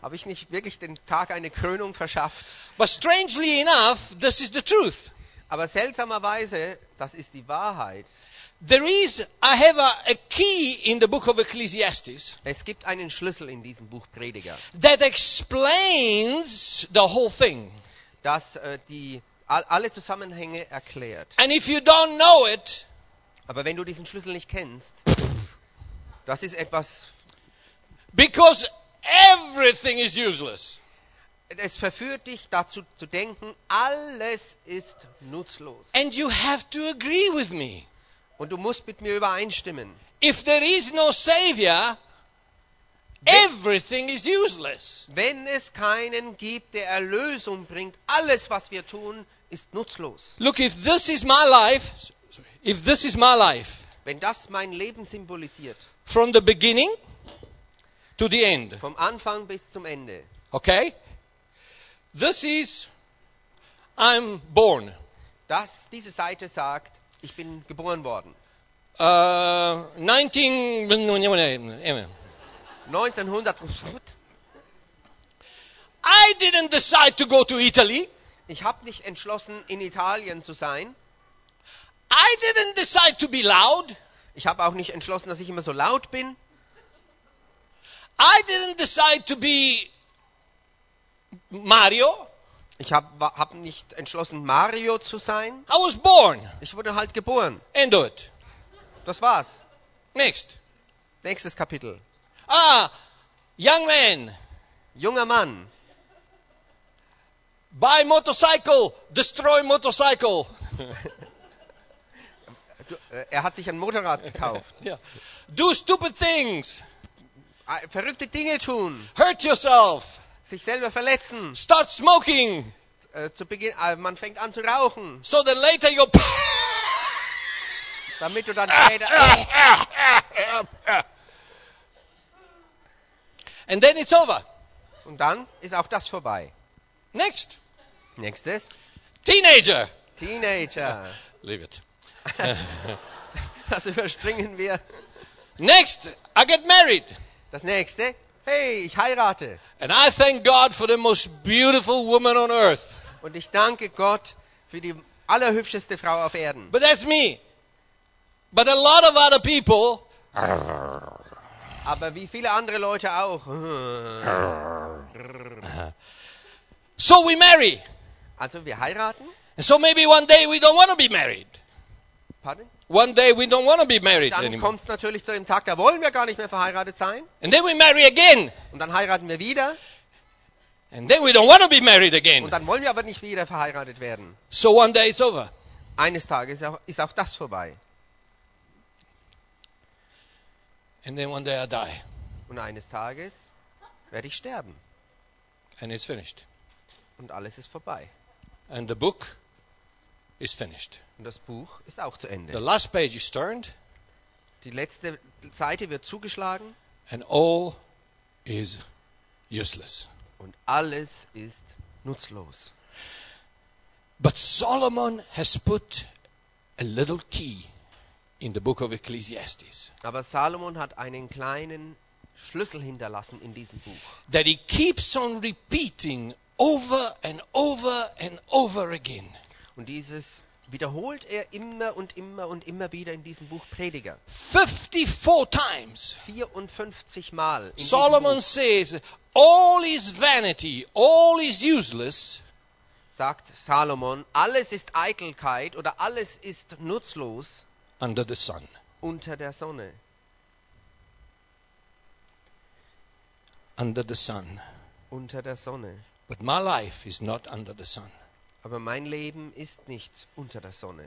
[SPEAKER 3] Habe ich nicht wirklich den Tag eine Krönung verschafft?
[SPEAKER 2] But strangely enough, this is the truth.
[SPEAKER 3] Aber seltsamerweise, das ist die Wahrheit.
[SPEAKER 2] There is, I have a, a key in the book of Ecclesiastes
[SPEAKER 3] Es gibt einen Schlüssel in diesem Buch Prediger,
[SPEAKER 2] that explains the whole thing.
[SPEAKER 3] das äh, die all, alle Zusammenhänge erklärt.
[SPEAKER 2] And if you don't know it,
[SPEAKER 3] Aber wenn du diesen Schlüssel nicht kennst, das ist etwas,
[SPEAKER 2] because everything is useless,
[SPEAKER 3] es verführt dich dazu zu denken, alles ist nutzlos.
[SPEAKER 2] and you have to agree with me.
[SPEAKER 3] Und du musst mit mir übereinstimmen.
[SPEAKER 2] If there is no Savior, everything is useless.
[SPEAKER 3] Wenn es keinen gibt, der Erlösung bringt, alles, was wir tun, ist nutzlos.
[SPEAKER 2] Look, if this is my life, if this is my life,
[SPEAKER 3] Wenn das mein Leben symbolisiert,
[SPEAKER 2] from the beginning to the end,
[SPEAKER 3] vom Anfang bis zum Ende,
[SPEAKER 2] okay? This is, I'm born.
[SPEAKER 3] dass diese Seite sagt, ich bin geboren worden.
[SPEAKER 2] Uh, 19.
[SPEAKER 3] [laughs] 1900,
[SPEAKER 2] I didn't decide to go to Italy.
[SPEAKER 3] ich habe nicht entschlossen, in Italien zu sein.
[SPEAKER 2] I didn't decide to be loud.
[SPEAKER 3] Ich habe auch nicht entschlossen, dass ich immer so laut bin.
[SPEAKER 2] I didn't decide to be Mario.
[SPEAKER 3] Ich habe hab nicht entschlossen, Mario zu sein.
[SPEAKER 2] I was born.
[SPEAKER 3] Ich wurde halt geboren.
[SPEAKER 2] End of it.
[SPEAKER 3] Das war's.
[SPEAKER 2] Next.
[SPEAKER 3] Nächstes Kapitel.
[SPEAKER 2] Ah, young man,
[SPEAKER 3] Junger Mann,
[SPEAKER 2] buy motorcycle, destroy motorcycle. [laughs] [laughs]
[SPEAKER 3] du, äh, er hat sich ein Motorrad gekauft.
[SPEAKER 2] Yeah. Do stupid things.
[SPEAKER 3] äh, verrückte Dinge tun,
[SPEAKER 2] hurt yourself,
[SPEAKER 3] sich selber verletzen.
[SPEAKER 2] start smoking,
[SPEAKER 3] Äh, zu Beginn, äh, man fängt an zu rauchen,
[SPEAKER 2] so that later [laughs] you're.
[SPEAKER 3] damit du dann später.
[SPEAKER 2] and then it's over.
[SPEAKER 3] Und dann ist auch das vorbei.
[SPEAKER 2] Next,
[SPEAKER 3] Nächstes,
[SPEAKER 2] teenager.
[SPEAKER 3] Teenager. [laughs]
[SPEAKER 2] Leave it.
[SPEAKER 3] Das überspringen wir.
[SPEAKER 2] Next, I get married.
[SPEAKER 3] Das nächste, hey, ich heirate.
[SPEAKER 2] And I thank God for the most beautiful woman on earth.
[SPEAKER 3] Und ich danke Gott für die allerhübscheste Frau auf Erden.
[SPEAKER 2] But that's me. But a lot of other people,
[SPEAKER 3] Aber wie viele andere Leute auch. [laughs]
[SPEAKER 2] so we marry.
[SPEAKER 3] Also wir heiraten.
[SPEAKER 2] And so maybe one day we don't want to be married.
[SPEAKER 3] Pardon?
[SPEAKER 2] One day we don't want to be married
[SPEAKER 3] Dann
[SPEAKER 2] anymore.
[SPEAKER 3] kommt es natürlich zu dem Tag, da wollen wir gar nicht mehr verheiratet sein.
[SPEAKER 2] And then we marry again.
[SPEAKER 3] Und dann heiraten wir wieder.
[SPEAKER 2] And then we don't want to be married again.
[SPEAKER 3] Und dann wollen wir aber nicht wieder verheiratet werden.
[SPEAKER 2] So one day it's over.
[SPEAKER 3] Eines Tages ist auch, ist auch das vorbei.
[SPEAKER 2] And then one day I die.
[SPEAKER 3] Und eines Tages werde ich sterben.
[SPEAKER 2] And it's finished.
[SPEAKER 3] Und alles ist vorbei.
[SPEAKER 2] And the book is finished.
[SPEAKER 3] Und das Buch ist auch zu
[SPEAKER 2] The
[SPEAKER 3] Ende.
[SPEAKER 2] last page is turned
[SPEAKER 3] Die letzte Seite wird zugeschlagen
[SPEAKER 2] and all is useless.
[SPEAKER 3] und alles ist nutzlos.
[SPEAKER 2] But Solomon has put a little key in the book of Ecclesiastes
[SPEAKER 3] Aber Salomon hat einen kleinen Schlüssel hinterlassen in diesem Buch,
[SPEAKER 2] that he keeps on repeating over and over and over again.
[SPEAKER 3] Und dieses wiederholt er immer und immer und immer wieder in diesem Buch Prediger.
[SPEAKER 2] 54 times.
[SPEAKER 3] 54 Mal. In diesem
[SPEAKER 2] Solomon
[SPEAKER 3] Buch
[SPEAKER 2] says, All is vanity, all is useless,
[SPEAKER 3] sagt Salomon, alles ist Eitelkeit oder alles ist nutzlos
[SPEAKER 2] under the sun.
[SPEAKER 3] unter der Sonne.
[SPEAKER 2] Under the sun.
[SPEAKER 3] Unter der Sonne.
[SPEAKER 2] But my life is not under the sun.
[SPEAKER 3] Aber mein Leben ist nicht unter der Sonne.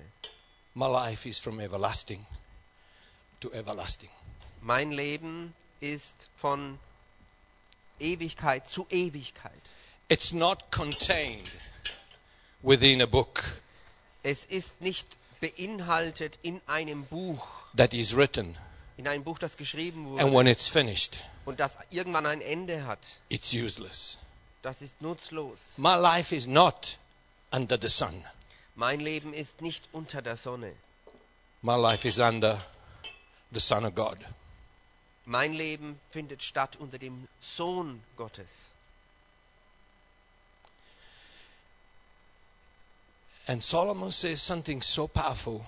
[SPEAKER 2] My life is from everlasting to everlasting.
[SPEAKER 3] Mein Leben ist von Ewigkeit zu Ewigkeit.
[SPEAKER 2] It's not contained within a book
[SPEAKER 3] Es ist nicht beinhaltet in einem Buch,
[SPEAKER 2] that is written,
[SPEAKER 3] in einem Buch, das geschrieben
[SPEAKER 2] and
[SPEAKER 3] wurde
[SPEAKER 2] when it's finished,
[SPEAKER 3] und das irgendwann ein Ende hat.
[SPEAKER 2] it's useless.
[SPEAKER 3] Das ist nutzlos.
[SPEAKER 2] My life is not under the sun.
[SPEAKER 3] Mein Leben ist nicht unter der Sonne.
[SPEAKER 2] My life is under the Son of God.
[SPEAKER 3] Mein Leben findet statt unter dem Sohn Gottes.
[SPEAKER 2] And Solomon says something so powerful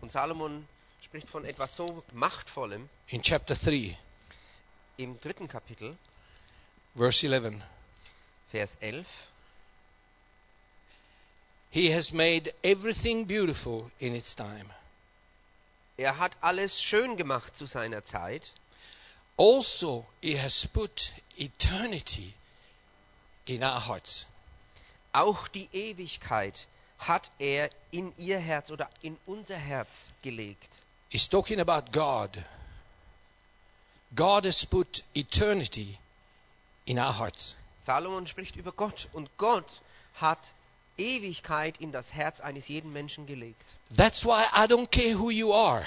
[SPEAKER 3] Und Salomon spricht von etwas so Machtvollem
[SPEAKER 2] in chapter 3,
[SPEAKER 3] im dritten Kapitel,
[SPEAKER 2] verse 11.
[SPEAKER 3] Vers 11.
[SPEAKER 2] He has made everything beautiful in its time.
[SPEAKER 3] Er hat alles schön gemacht zu seiner Zeit.
[SPEAKER 2] Also, He has put eternity in our hearts.
[SPEAKER 3] Auch die Ewigkeit hat er in ihr Herz oder in unser Herz gelegt.
[SPEAKER 2] He's talking about God. God has put eternity in our hearts.
[SPEAKER 3] Salomon spricht über Gott und Gott hat Ewigkeit in das Herz eines jeden Menschen gelegt.
[SPEAKER 2] That's why I don't care who you are.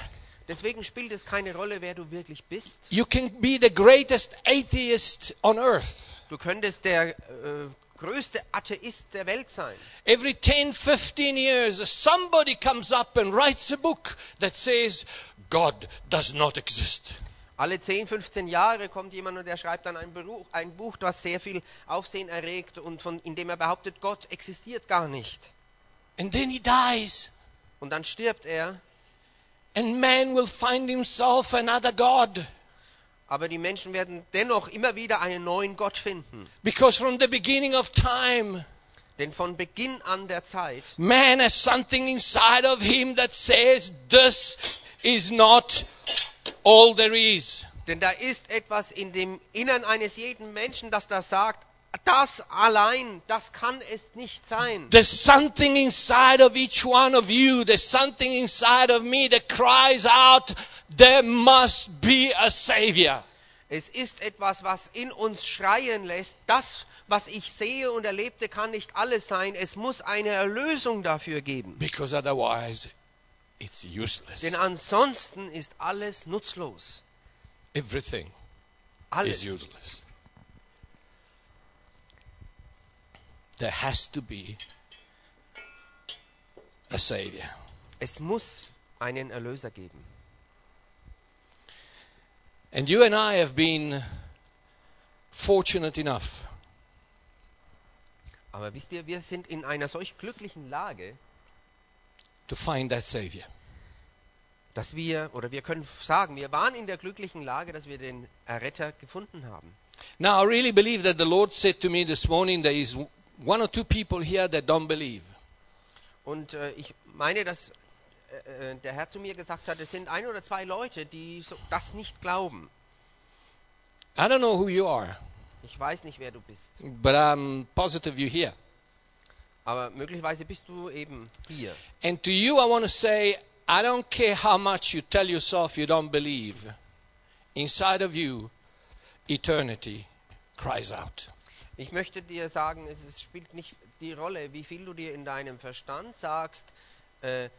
[SPEAKER 3] Deswegen spielt es keine Rolle, wer du wirklich bist.
[SPEAKER 2] You can be the greatest atheist on earth.
[SPEAKER 3] Du könntest der äh, größte Atheist der Welt sein.
[SPEAKER 2] Every 10, 15 years, somebody comes up and writes a book that says, God does not exist.
[SPEAKER 3] Alle 10, 15 Jahre kommt jemand und der schreibt dann ein, Beruch, ein Buch, das sehr viel Aufsehen erregt und von, in dem er behauptet, Gott existiert gar nicht.
[SPEAKER 2] And then he dies,
[SPEAKER 3] Und dann stirbt er,
[SPEAKER 2] and man will find himself another God.
[SPEAKER 3] aber die Menschen werden dennoch immer wieder einen neuen Gott finden.
[SPEAKER 2] Because from the beginning of time,
[SPEAKER 3] Denn von Beginn an der Zeit
[SPEAKER 2] Man has something inside of him that says, This is not all there is.
[SPEAKER 3] Denn da ist etwas in dem Innern eines jeden Menschen, das das sagt, das allein, das kann es nicht sein.
[SPEAKER 2] There's something inside of each one of you, there's something inside of me that cries out, There must be a Savior.
[SPEAKER 3] Es ist etwas, was in uns schreien lässt. Das, was ich sehe und erlebte, kann nicht alles sein. Es muss eine Erlösung dafür geben.
[SPEAKER 2] because otherwise it's useless.
[SPEAKER 3] Denn ansonsten ist alles nutzlos.
[SPEAKER 2] Everything is
[SPEAKER 3] Alles.
[SPEAKER 2] useless. There has to be a Savior.
[SPEAKER 3] Es muss einen Erlöser geben.
[SPEAKER 2] And you and I have been fortunate enough
[SPEAKER 3] Aber wisst ihr, wir sind in einer solch glücklichen Lage,
[SPEAKER 2] to find that Savior.
[SPEAKER 3] dass wir, oder wir können sagen, wir waren in der glücklichen Lage, dass wir den Erretter gefunden haben.
[SPEAKER 2] Now, I really believe that the Lord said to me this morning there is one or two people here that don't believe.
[SPEAKER 3] Und äh, ich meine, dass äh, äh, der Herr zu mir gesagt hat, es sind ein oder zwei Leute, die so, das nicht glauben.
[SPEAKER 2] I don't know who you are,
[SPEAKER 3] Ich weiß nicht, wer du bist,
[SPEAKER 2] but I'm positive you're here.
[SPEAKER 3] aber möglicherweise bist du eben hier.
[SPEAKER 2] And to you, I want to say, I don't care how much you tell yourself you don't believe, inside of you, eternity cries out.
[SPEAKER 3] Ich möchte dir sagen, es ist- spielt nicht die Rolle, wie viel du dir in deinem Verstand sagst, äh,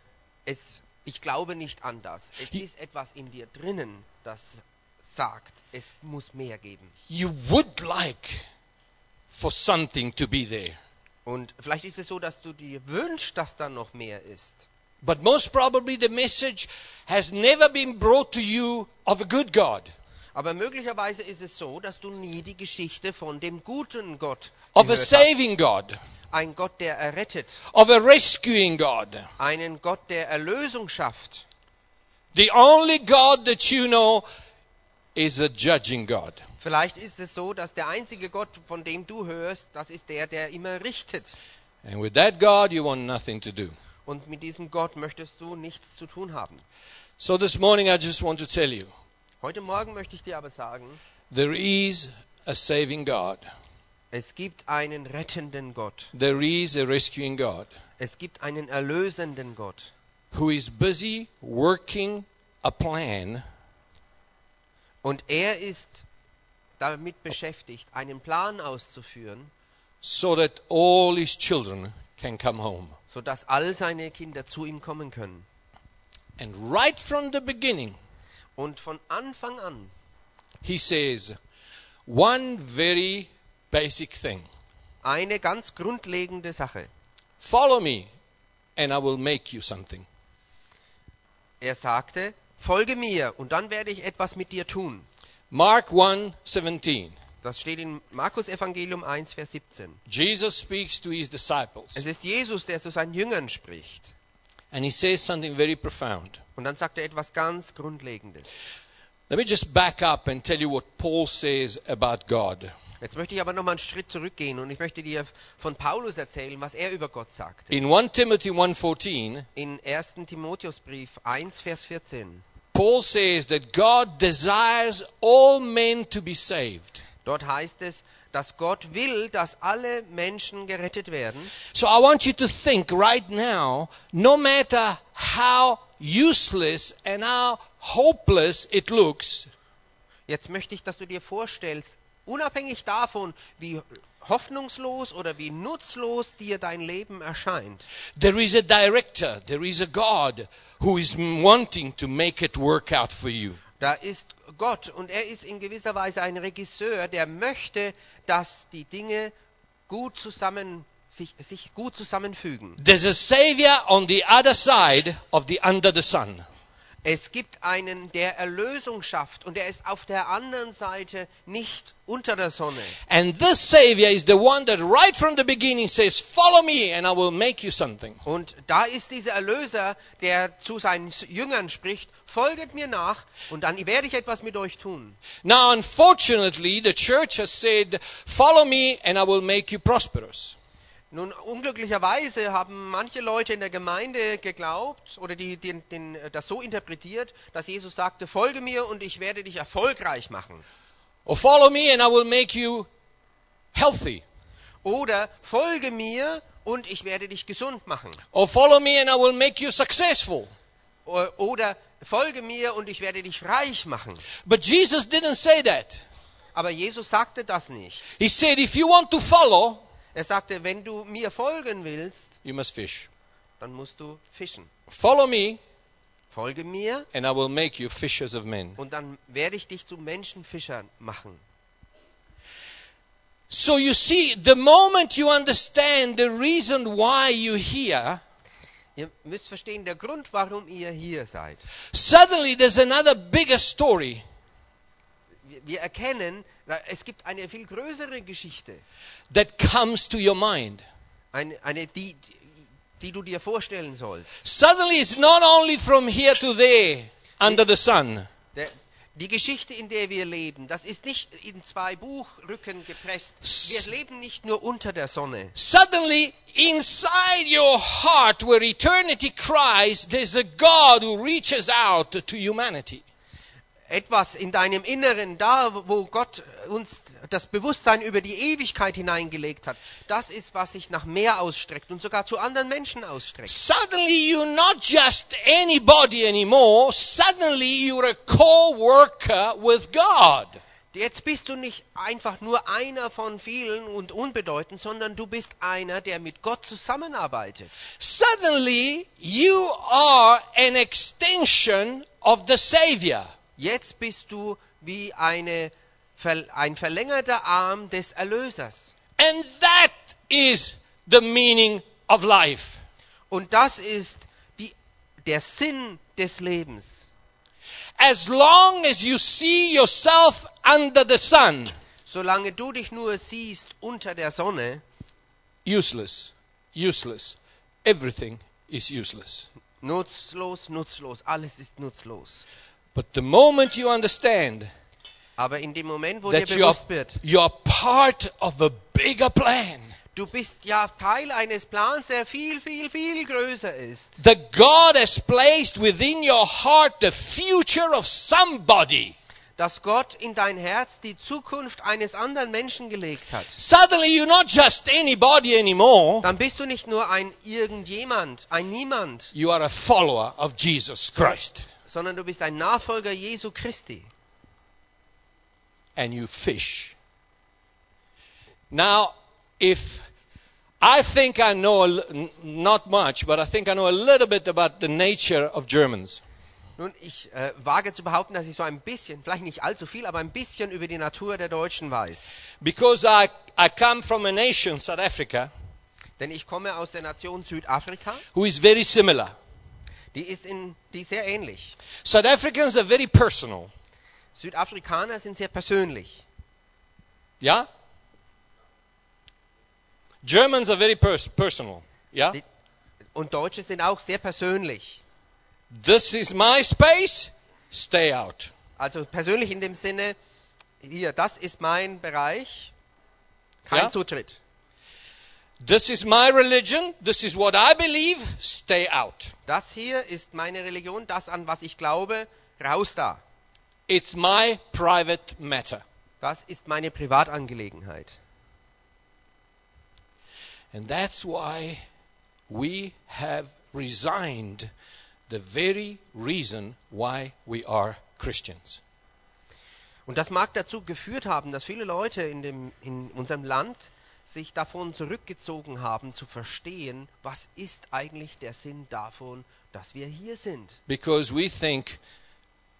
[SPEAKER 3] es, ich glaube nicht an das. Es
[SPEAKER 2] Hi-
[SPEAKER 3] ist etwas in dir drinnen, das sagt, es muss mehr geben.
[SPEAKER 2] You would like for something to be there,
[SPEAKER 3] Und vielleicht ist es so, dass du dir wünschst, dass da noch mehr ist.
[SPEAKER 2] but most probably the message has never been brought to you of a good God,
[SPEAKER 3] Aber möglicherweise ist es so, dass du nie die Geschichte von dem guten Gott
[SPEAKER 2] of a
[SPEAKER 3] gehört
[SPEAKER 2] saving God,
[SPEAKER 3] hast. Ein Gott, der errettet.
[SPEAKER 2] of a rescuing God.
[SPEAKER 3] Einen Gott, der Erlösung schafft.
[SPEAKER 2] The only God that you know is a judging God.
[SPEAKER 3] Vielleicht ist es so, dass der einzige Gott, von dem du hörst, das ist der, der immer richtet.
[SPEAKER 2] And with that God, you want nothing to do.
[SPEAKER 3] Und mit diesem Gott möchtest du nichts zu tun haben.
[SPEAKER 2] So this morning, I just want to tell you
[SPEAKER 3] Heute Morgen möchte ich dir aber sagen,
[SPEAKER 2] there is a saving God,
[SPEAKER 3] es gibt einen rettenden Gott.
[SPEAKER 2] there is a rescuing God
[SPEAKER 3] Es gibt einen erlösenden Gott,
[SPEAKER 2] who is busy working a plan
[SPEAKER 3] Und er ist damit beschäftigt, einen Plan auszuführen,
[SPEAKER 2] so that all his children can come home.
[SPEAKER 3] sodass all seine Kinder zu ihm kommen können.
[SPEAKER 2] And right from the beginning,
[SPEAKER 3] Und von Anfang an
[SPEAKER 2] he says one very basic thing
[SPEAKER 3] eine ganz grundlegende Sache.
[SPEAKER 2] follow me, and I will make you something.
[SPEAKER 3] Er sagte, folge mir und dann werde ich etwas mit dir tun.
[SPEAKER 2] Mark 1:17.
[SPEAKER 3] Das steht in Markus Evangelium 1, Vers 17.
[SPEAKER 2] Jesus speaks to his
[SPEAKER 3] Es
[SPEAKER 2] disciples
[SPEAKER 3] ist Jesus, der zu seinen Jüngern spricht.
[SPEAKER 2] and he says something very profound.
[SPEAKER 3] Und dann sagt er etwas ganz Grundlegendes.
[SPEAKER 2] Let me just back up and tell you what Paul says about God.
[SPEAKER 3] Jetzt möchte ich aber nochmal einen Schritt zurückgehen und ich möchte dir von Paulus erzählen, was er über Gott sagte.
[SPEAKER 2] In 1 Timothy 1:14,
[SPEAKER 3] In 1. Timotheusbrief 1, Vers 14.
[SPEAKER 2] Paul says that God desires all men to be saved.
[SPEAKER 3] Dort heißt es, dass Gott will, dass alle Menschen gerettet werden.
[SPEAKER 2] So I want you to think right now, no matter how useless and how hopeless it looks,
[SPEAKER 3] Jetzt möchte ich, dass du dir vorstellst, unabhängig davon, wie hoffnungslos oder wie nutzlos dir dein Leben erscheint,
[SPEAKER 2] there is a director, there is a God who is wanting to make it work out for you.
[SPEAKER 3] da ist Gott und er ist in gewisser Weise ein Regisseur, der möchte, dass die Dinge gut zusammen sich, sich gut zusammenfügen.
[SPEAKER 2] There's a savior on the other side of the under the sun.
[SPEAKER 3] Es gibt einen, der Erlösung schafft und er ist auf der anderen Seite nicht unter der Sonne.
[SPEAKER 2] And this savior is the one that right from the beginning says, "Follow me and I will make you something."
[SPEAKER 3] Und da ist dieser Erlöser, der zu seinen Jüngern spricht, folget mir nach und dann werde ich etwas mit euch tun.
[SPEAKER 2] Now, unfortunately, the church has said, "Follow me and I will make you prosperous."
[SPEAKER 3] Nun, unglücklicherweise haben manche Leute in der Gemeinde geglaubt oder die, den, den, das so interpretiert, dass Jesus sagte, folge mir und ich werde dich erfolgreich machen.
[SPEAKER 2] Or follow me and I will make you healthy.
[SPEAKER 3] Oder folge mir und ich werde dich gesund machen.
[SPEAKER 2] Or follow me and I will make you successful.
[SPEAKER 3] O- Oder Folge mir und ich werde dich reich machen.
[SPEAKER 2] But Jesus didn't say that.
[SPEAKER 3] Aber Jesus sagte das nicht.
[SPEAKER 2] He said, if you want to follow,
[SPEAKER 3] Er sagte, wenn du mir folgen willst,
[SPEAKER 2] you must fish.
[SPEAKER 3] dann musst du fischen.
[SPEAKER 2] Follow me,
[SPEAKER 3] Folge mir
[SPEAKER 2] and I will make you fishers of men.
[SPEAKER 3] und dann werde ich dich zu Menschenfischern machen.
[SPEAKER 2] So you see, the moment you understand the reason why you're here,
[SPEAKER 3] Ihr müsst verstehen, der Grund, warum ihr hier seid.
[SPEAKER 2] suddenly there's another bigger story.
[SPEAKER 3] Wir, wir erkennen, na, es gibt eine viel größere Geschichte,
[SPEAKER 2] that comes to your mind.
[SPEAKER 3] eine, eine die, die, die du dir vorstellen sollst.
[SPEAKER 2] Suddenly, it's not only from here to there under the sun.
[SPEAKER 3] Der, die Geschichte, in der wir leben, das ist nicht in zwei Buchrücken gepresst.
[SPEAKER 2] S-
[SPEAKER 3] Wir leben nicht nur unter der Sonne.
[SPEAKER 2] Suddenly, inside your heart where eternity cries, there's a God who reaches out to humanity.
[SPEAKER 3] etwas in deinem Inneren, da wo Gott uns das Bewusstsein über die Ewigkeit hineingelegt hat, das ist, was sich nach mehr ausstreckt und sogar zu anderen Menschen ausstreckt.
[SPEAKER 2] Suddenly, you're not just anybody anymore. Suddenly, you're a co worker with God.
[SPEAKER 3] Jetzt bist du nicht einfach nur einer von vielen und unbedeutend, sondern du bist einer, der mit Gott zusammenarbeitet.
[SPEAKER 2] Suddenly, you are an extension of the Savior.
[SPEAKER 3] Jetzt bist du wie eine, Ver- ein verlängerter Arm des Erlösers.
[SPEAKER 2] And that is the meaning of life.
[SPEAKER 3] Und das ist die, der Sinn des Lebens.
[SPEAKER 2] As long as you see yourself under the sun,
[SPEAKER 3] Solange du dich nur siehst unter der Sonne,
[SPEAKER 2] useless, useless. Everything is useless.
[SPEAKER 3] Nutzlos, nutzlos, alles ist nutzlos.
[SPEAKER 2] But the moment you understand
[SPEAKER 3] Aber in dem Moment, wo dir
[SPEAKER 2] that you are,
[SPEAKER 3] bewusst wird,
[SPEAKER 2] you are part of a bigger plan,
[SPEAKER 3] du bist ja Teil eines Plans, der viel, viel, viel größer ist.
[SPEAKER 2] that God has placed within your heart the future of somebody,
[SPEAKER 3] Dass Gott in dein Herz die Zukunft eines anderen Menschen gelegt hat.
[SPEAKER 2] suddenly you're not just anybody anymore.
[SPEAKER 3] Dann bist du nicht nur ein irgendjemand, ein Niemand,
[SPEAKER 2] You are a follower of Jesus Christ.
[SPEAKER 3] sondern du bist ein Nachfolger Jesu Christi.
[SPEAKER 2] and you fish. Now, if I think I know a l- n- not much, but I think I know a little bit about the nature of Germans.
[SPEAKER 3] Nun, ich äh, wage zu behaupten, dass ich so ein bisschen, vielleicht nicht allzu viel, aber ein bisschen über die Natur der Deutschen weiß.
[SPEAKER 2] Because I, I come from a nation, South Africa,
[SPEAKER 3] Denn ich komme aus der Nation Südafrika,
[SPEAKER 2] who is very similar.
[SPEAKER 3] die ist, in, die ist sehr ähnlich.
[SPEAKER 2] South Africans are very personal.
[SPEAKER 3] Südafrikaner sind sehr persönlich.
[SPEAKER 2] Yeah? Germans are very pers- personal. Yeah?
[SPEAKER 3] Die- Und Deutsche sind auch sehr persönlich.
[SPEAKER 2] This is my space, stay out.
[SPEAKER 3] Also persönlich in dem Sinne, hier, das ist mein Bereich, kein
[SPEAKER 2] Ja?
[SPEAKER 3] Zutritt.
[SPEAKER 2] This is my religion, this is what I believe, stay out.
[SPEAKER 3] Das hier ist meine Religion, das an was ich glaube, raus da.
[SPEAKER 2] It's my private matter.
[SPEAKER 3] Das ist meine Privatangelegenheit.
[SPEAKER 2] And that's why we have resigned the very reason why we are Christians.
[SPEAKER 3] Und das mag dazu geführt haben, dass viele Leute in, dem, in unserem Land sich davon zurückgezogen haben, zu verstehen, was ist eigentlich der Sinn davon, dass wir hier sind.
[SPEAKER 2] Because we think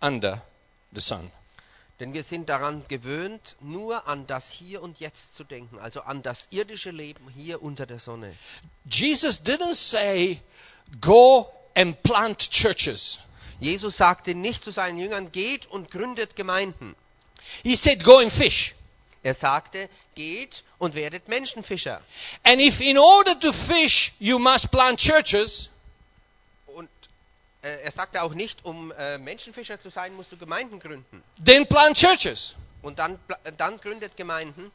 [SPEAKER 2] under the sun.
[SPEAKER 3] Denn wir sind daran gewöhnt, nur an das Hier und Jetzt zu denken, also an das irdische Leben hier unter der Sonne.
[SPEAKER 2] Jesus didn't say, go and plant churches.
[SPEAKER 3] Jesus sagte nicht zu seinen Jüngern, geht und gründet Gemeinden.
[SPEAKER 2] He said, go and fish.
[SPEAKER 3] Er sagte, geht und werdet Menschenfischer.
[SPEAKER 2] And if in order to fish you must plant churches,
[SPEAKER 3] Und äh, er sagte auch nicht, um äh, Menschenfischer zu sein, musst du Gemeinden gründen.
[SPEAKER 2] then plant churches.
[SPEAKER 3] Und dann, pla- äh, dann gründet Gemeinden.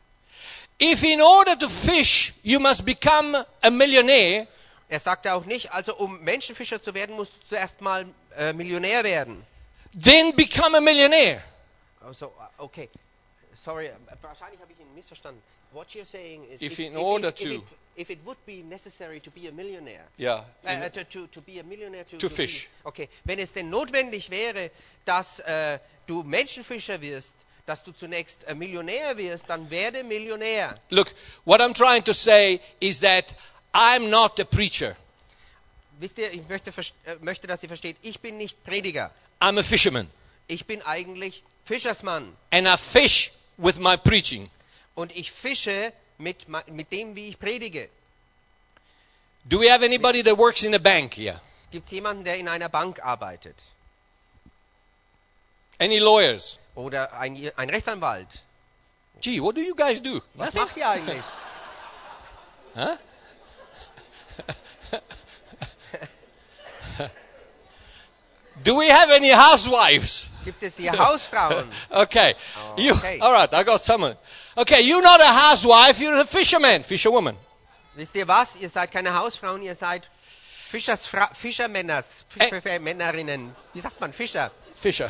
[SPEAKER 2] If in order to fish you must become a millionaire,
[SPEAKER 3] Er sagte auch nicht, also um Menschenfischer zu werden, musst du zuerst mal äh, Millionär werden.
[SPEAKER 2] then become a millionaire.
[SPEAKER 3] Also, okay. Sorry, wahrscheinlich habe ich ihn missverstanden. What you're saying is,
[SPEAKER 2] If in order
[SPEAKER 3] if
[SPEAKER 2] to-
[SPEAKER 3] it, if it would be necessary to be a millionaire,
[SPEAKER 2] Yeah.
[SPEAKER 3] äh,
[SPEAKER 2] in-
[SPEAKER 3] to, to, to be a millionaire, to,
[SPEAKER 2] To fish.
[SPEAKER 3] Be, okay, wenn es denn notwendig wäre, dass äh, du Menschenfischer wirst, dass du zunächst äh, Millionär wirst, dann werde Millionär.
[SPEAKER 2] Look, what I'm trying to say is that I'm not a preacher.
[SPEAKER 3] Wisst ihr, ich möchte, vers- äh, möchte, dass ihr versteht, ich bin nicht Prediger.
[SPEAKER 2] I'm a fisherman.
[SPEAKER 3] Ich bin eigentlich Fischersmann
[SPEAKER 2] And I fish with my preaching.
[SPEAKER 3] und ich fische mit, ma- mit dem, wie ich predige.
[SPEAKER 2] Do we have anybody that works in a bank here?
[SPEAKER 3] Gibt es jemanden, der in einer Bank arbeitet?
[SPEAKER 2] Any lawyers?
[SPEAKER 3] Oder ein, ein Rechtsanwalt?
[SPEAKER 2] Gee, what do you guys do?
[SPEAKER 3] Was macht ihr eigentlich?
[SPEAKER 2] [laughs] Huh? [laughs] do we have any housewives?
[SPEAKER 3] Gibt es hier Hausfrauen?
[SPEAKER 2] Okay. You,
[SPEAKER 3] Okay.
[SPEAKER 2] [laughs] all right, I got someone. Okay, you're not a housewife, you're a fisherman, fisherwoman.
[SPEAKER 3] Wisst ihr was? Ihr seid keine Hausfrauen, ihr seid Fischersfra Fischermänners, Fisch-
[SPEAKER 2] Ä-
[SPEAKER 3] Fischermännerinnen. Wie sagt man Fischer?
[SPEAKER 2] Fisher.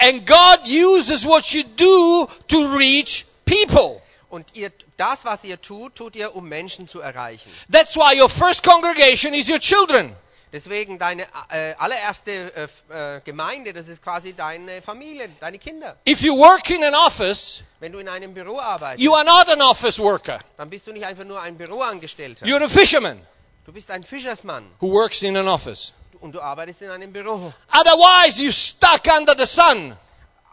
[SPEAKER 2] And God uses what you do to reach people.
[SPEAKER 3] Und ihr, das, was ihr tut, tut ihr, um Menschen zu erreichen.
[SPEAKER 2] That's why your first congregation is your children.
[SPEAKER 3] Deswegen deine äh, allererste äh, f- äh, Gemeinde, das ist quasi deine Familie, deine Kinder.
[SPEAKER 2] If you work in an office,
[SPEAKER 3] Wenn du in einem Büro arbeitest,
[SPEAKER 2] you are not an office worker.
[SPEAKER 3] dann bist du nicht einfach nur ein Büroangestellter.
[SPEAKER 2] You're a fisherman
[SPEAKER 3] Du bist ein Fischersmann
[SPEAKER 2] who works in an office.
[SPEAKER 3] und du arbeitest in einem Büro.
[SPEAKER 2] Otherwise, you're stuck under the sun.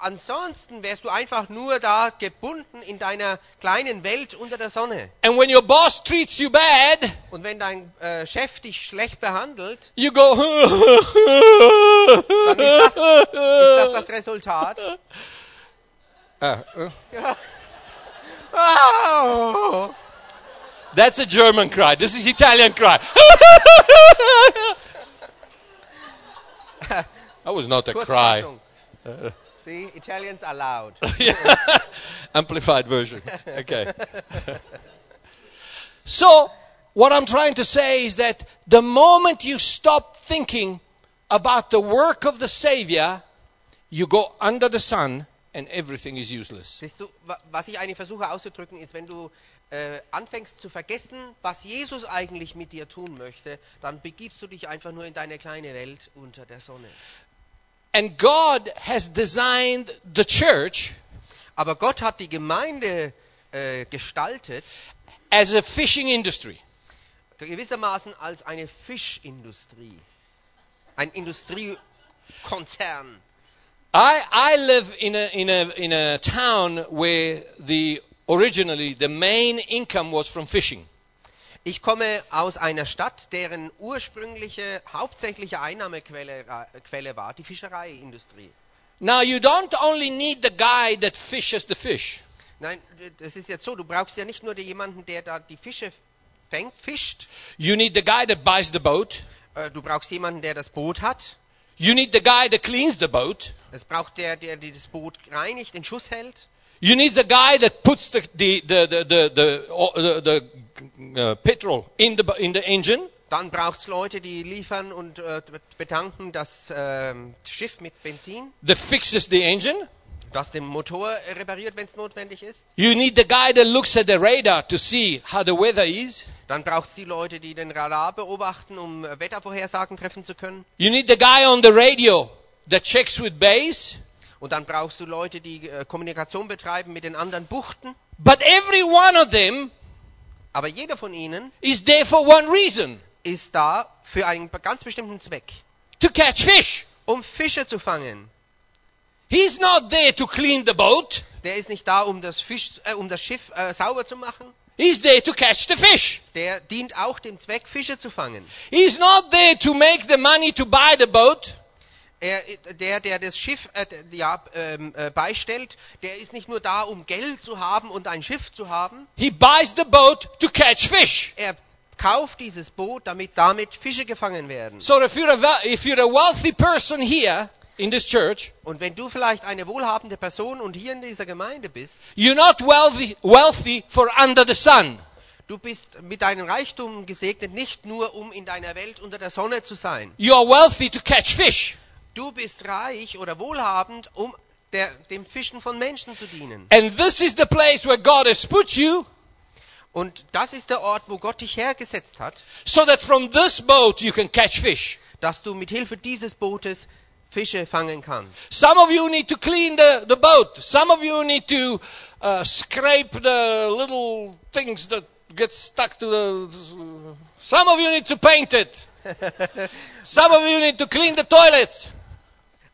[SPEAKER 3] Ansonsten wärst du einfach nur da gebunden in deiner kleinen Welt unter der Sonne.
[SPEAKER 2] And when your boss treats you bad,
[SPEAKER 3] Und wenn dein äh, Chef dich schlecht behandelt,
[SPEAKER 2] you go. [laughs]
[SPEAKER 3] dann ist das, ist das, das Resultat.
[SPEAKER 2] Ah, uh,
[SPEAKER 3] Ja. Au!
[SPEAKER 2] Oh. That's a German cry. This is Italian cry. [laughs] that was not a cry.
[SPEAKER 3] Kurzfassung. See, Italians are loud.
[SPEAKER 2] [laughs] Yeah. Amplified version. Okay. [laughs] so, what I'm trying to say is that the moment you stop thinking about the work of the Savior, you go under the sun and everything is useless.
[SPEAKER 3] Siehst du, wa- was ich eigentlich versuche auszudrücken, ist, wenn du äh, anfängst zu vergessen, was Jesus eigentlich mit dir tun möchte, dann begibst du dich einfach nur in deine kleine Welt unter der Sonne.
[SPEAKER 2] And God has designed the church
[SPEAKER 3] Aber Gott hat die Gemeinde äh, gestaltet,
[SPEAKER 2] as a fishing industry.
[SPEAKER 3] gewissermaßen als eine Fischindustrie. Ein Industriekonzern.
[SPEAKER 2] I, I live in a, in, a, in a town where the originally the main income was from fishing.
[SPEAKER 3] Ich komme aus einer Stadt, deren ursprüngliche, hauptsächliche Einnahmequelle ra- Quelle war die Fischereiindustrie.
[SPEAKER 2] Now you don't only need the guy that fishes the fish.
[SPEAKER 3] Nein, d- das ist jetzt so, du brauchst ja nicht nur die- jemanden, der da die Fische fängt, fischt.
[SPEAKER 2] You need the guy that buys the boat.
[SPEAKER 3] Äh, Du brauchst jemanden, der das Boot hat.
[SPEAKER 2] You need the guy that cleans the boat.
[SPEAKER 3] Es braucht der, der die das Boot reinigt, den Schuss hält.
[SPEAKER 2] You need the guy that puts the the the the the, the, o- the, the uh, petrol in the bo- in the engine.
[SPEAKER 3] Dann braucht es Leute, die liefern und äh, betanken das ähm, Schiff mit Benzin,
[SPEAKER 2] That fixes the engine.
[SPEAKER 3] das den Motor repariert, wenn es notwendig ist.
[SPEAKER 2] You need the guy that looks at the radar to see how the weather is.
[SPEAKER 3] Dann braucht es die Leute, die den Radar beobachten, um äh, Wettervorhersagen treffen zu können.
[SPEAKER 2] You need the guy on the radio that checks with base.
[SPEAKER 3] Und dann brauchst du Leute, die äh, Kommunikation betreiben mit den anderen Buchten.
[SPEAKER 2] But every one of them
[SPEAKER 3] Aber jeder von ihnen
[SPEAKER 2] is there for one reason:
[SPEAKER 3] ist da für einen ganz bestimmten Zweck,
[SPEAKER 2] to catch fish.
[SPEAKER 3] um Fische zu fangen.
[SPEAKER 2] He's not there to clean the boat.
[SPEAKER 3] Der ist nicht da, um das, Fisch, äh, um das Schiff äh, sauber zu machen.
[SPEAKER 2] He's there to catch the fish.
[SPEAKER 3] Der dient auch dem Zweck, Fische zu fangen.
[SPEAKER 2] He's not there to make the money to buy the boat.
[SPEAKER 3] Er, äh, der, der das Schiff äh, d- ja, ähm, äh, beistellt, der ist nicht nur da, um Geld zu haben und ein Schiff zu haben.
[SPEAKER 2] He buys the boat to catch fish.
[SPEAKER 3] Er kauft dieses Boot, damit damit Fische gefangen werden.
[SPEAKER 2] So if you're a, wea- if you're a wealthy person here in this church,
[SPEAKER 3] Und wenn du vielleicht eine wohlhabende Person und hier in dieser Gemeinde bist,
[SPEAKER 2] you're not wealthy, wealthy for under the sun.
[SPEAKER 3] Du bist mit deinem Reichtum gesegnet, nicht nur um in deiner Welt unter der Sonne zu sein.
[SPEAKER 2] You are wealthy to catch fish.
[SPEAKER 3] Du bist reich oder wohlhabend, um der, dem Fischen von Menschen zu dienen.
[SPEAKER 2] And this is the place where God has put you
[SPEAKER 3] Und das ist der Ort, wo Gott dich hergesetzt hat,
[SPEAKER 2] so that from this boat you can catch fish.
[SPEAKER 3] dass du mit Hilfe dieses Bootes Fische fangen kannst.
[SPEAKER 2] Some of you need to clean the, the boat. Some of you need to uh, scrape the little things that get stuck to the. Some of you need to paint it. Some of you need to clean the toilets.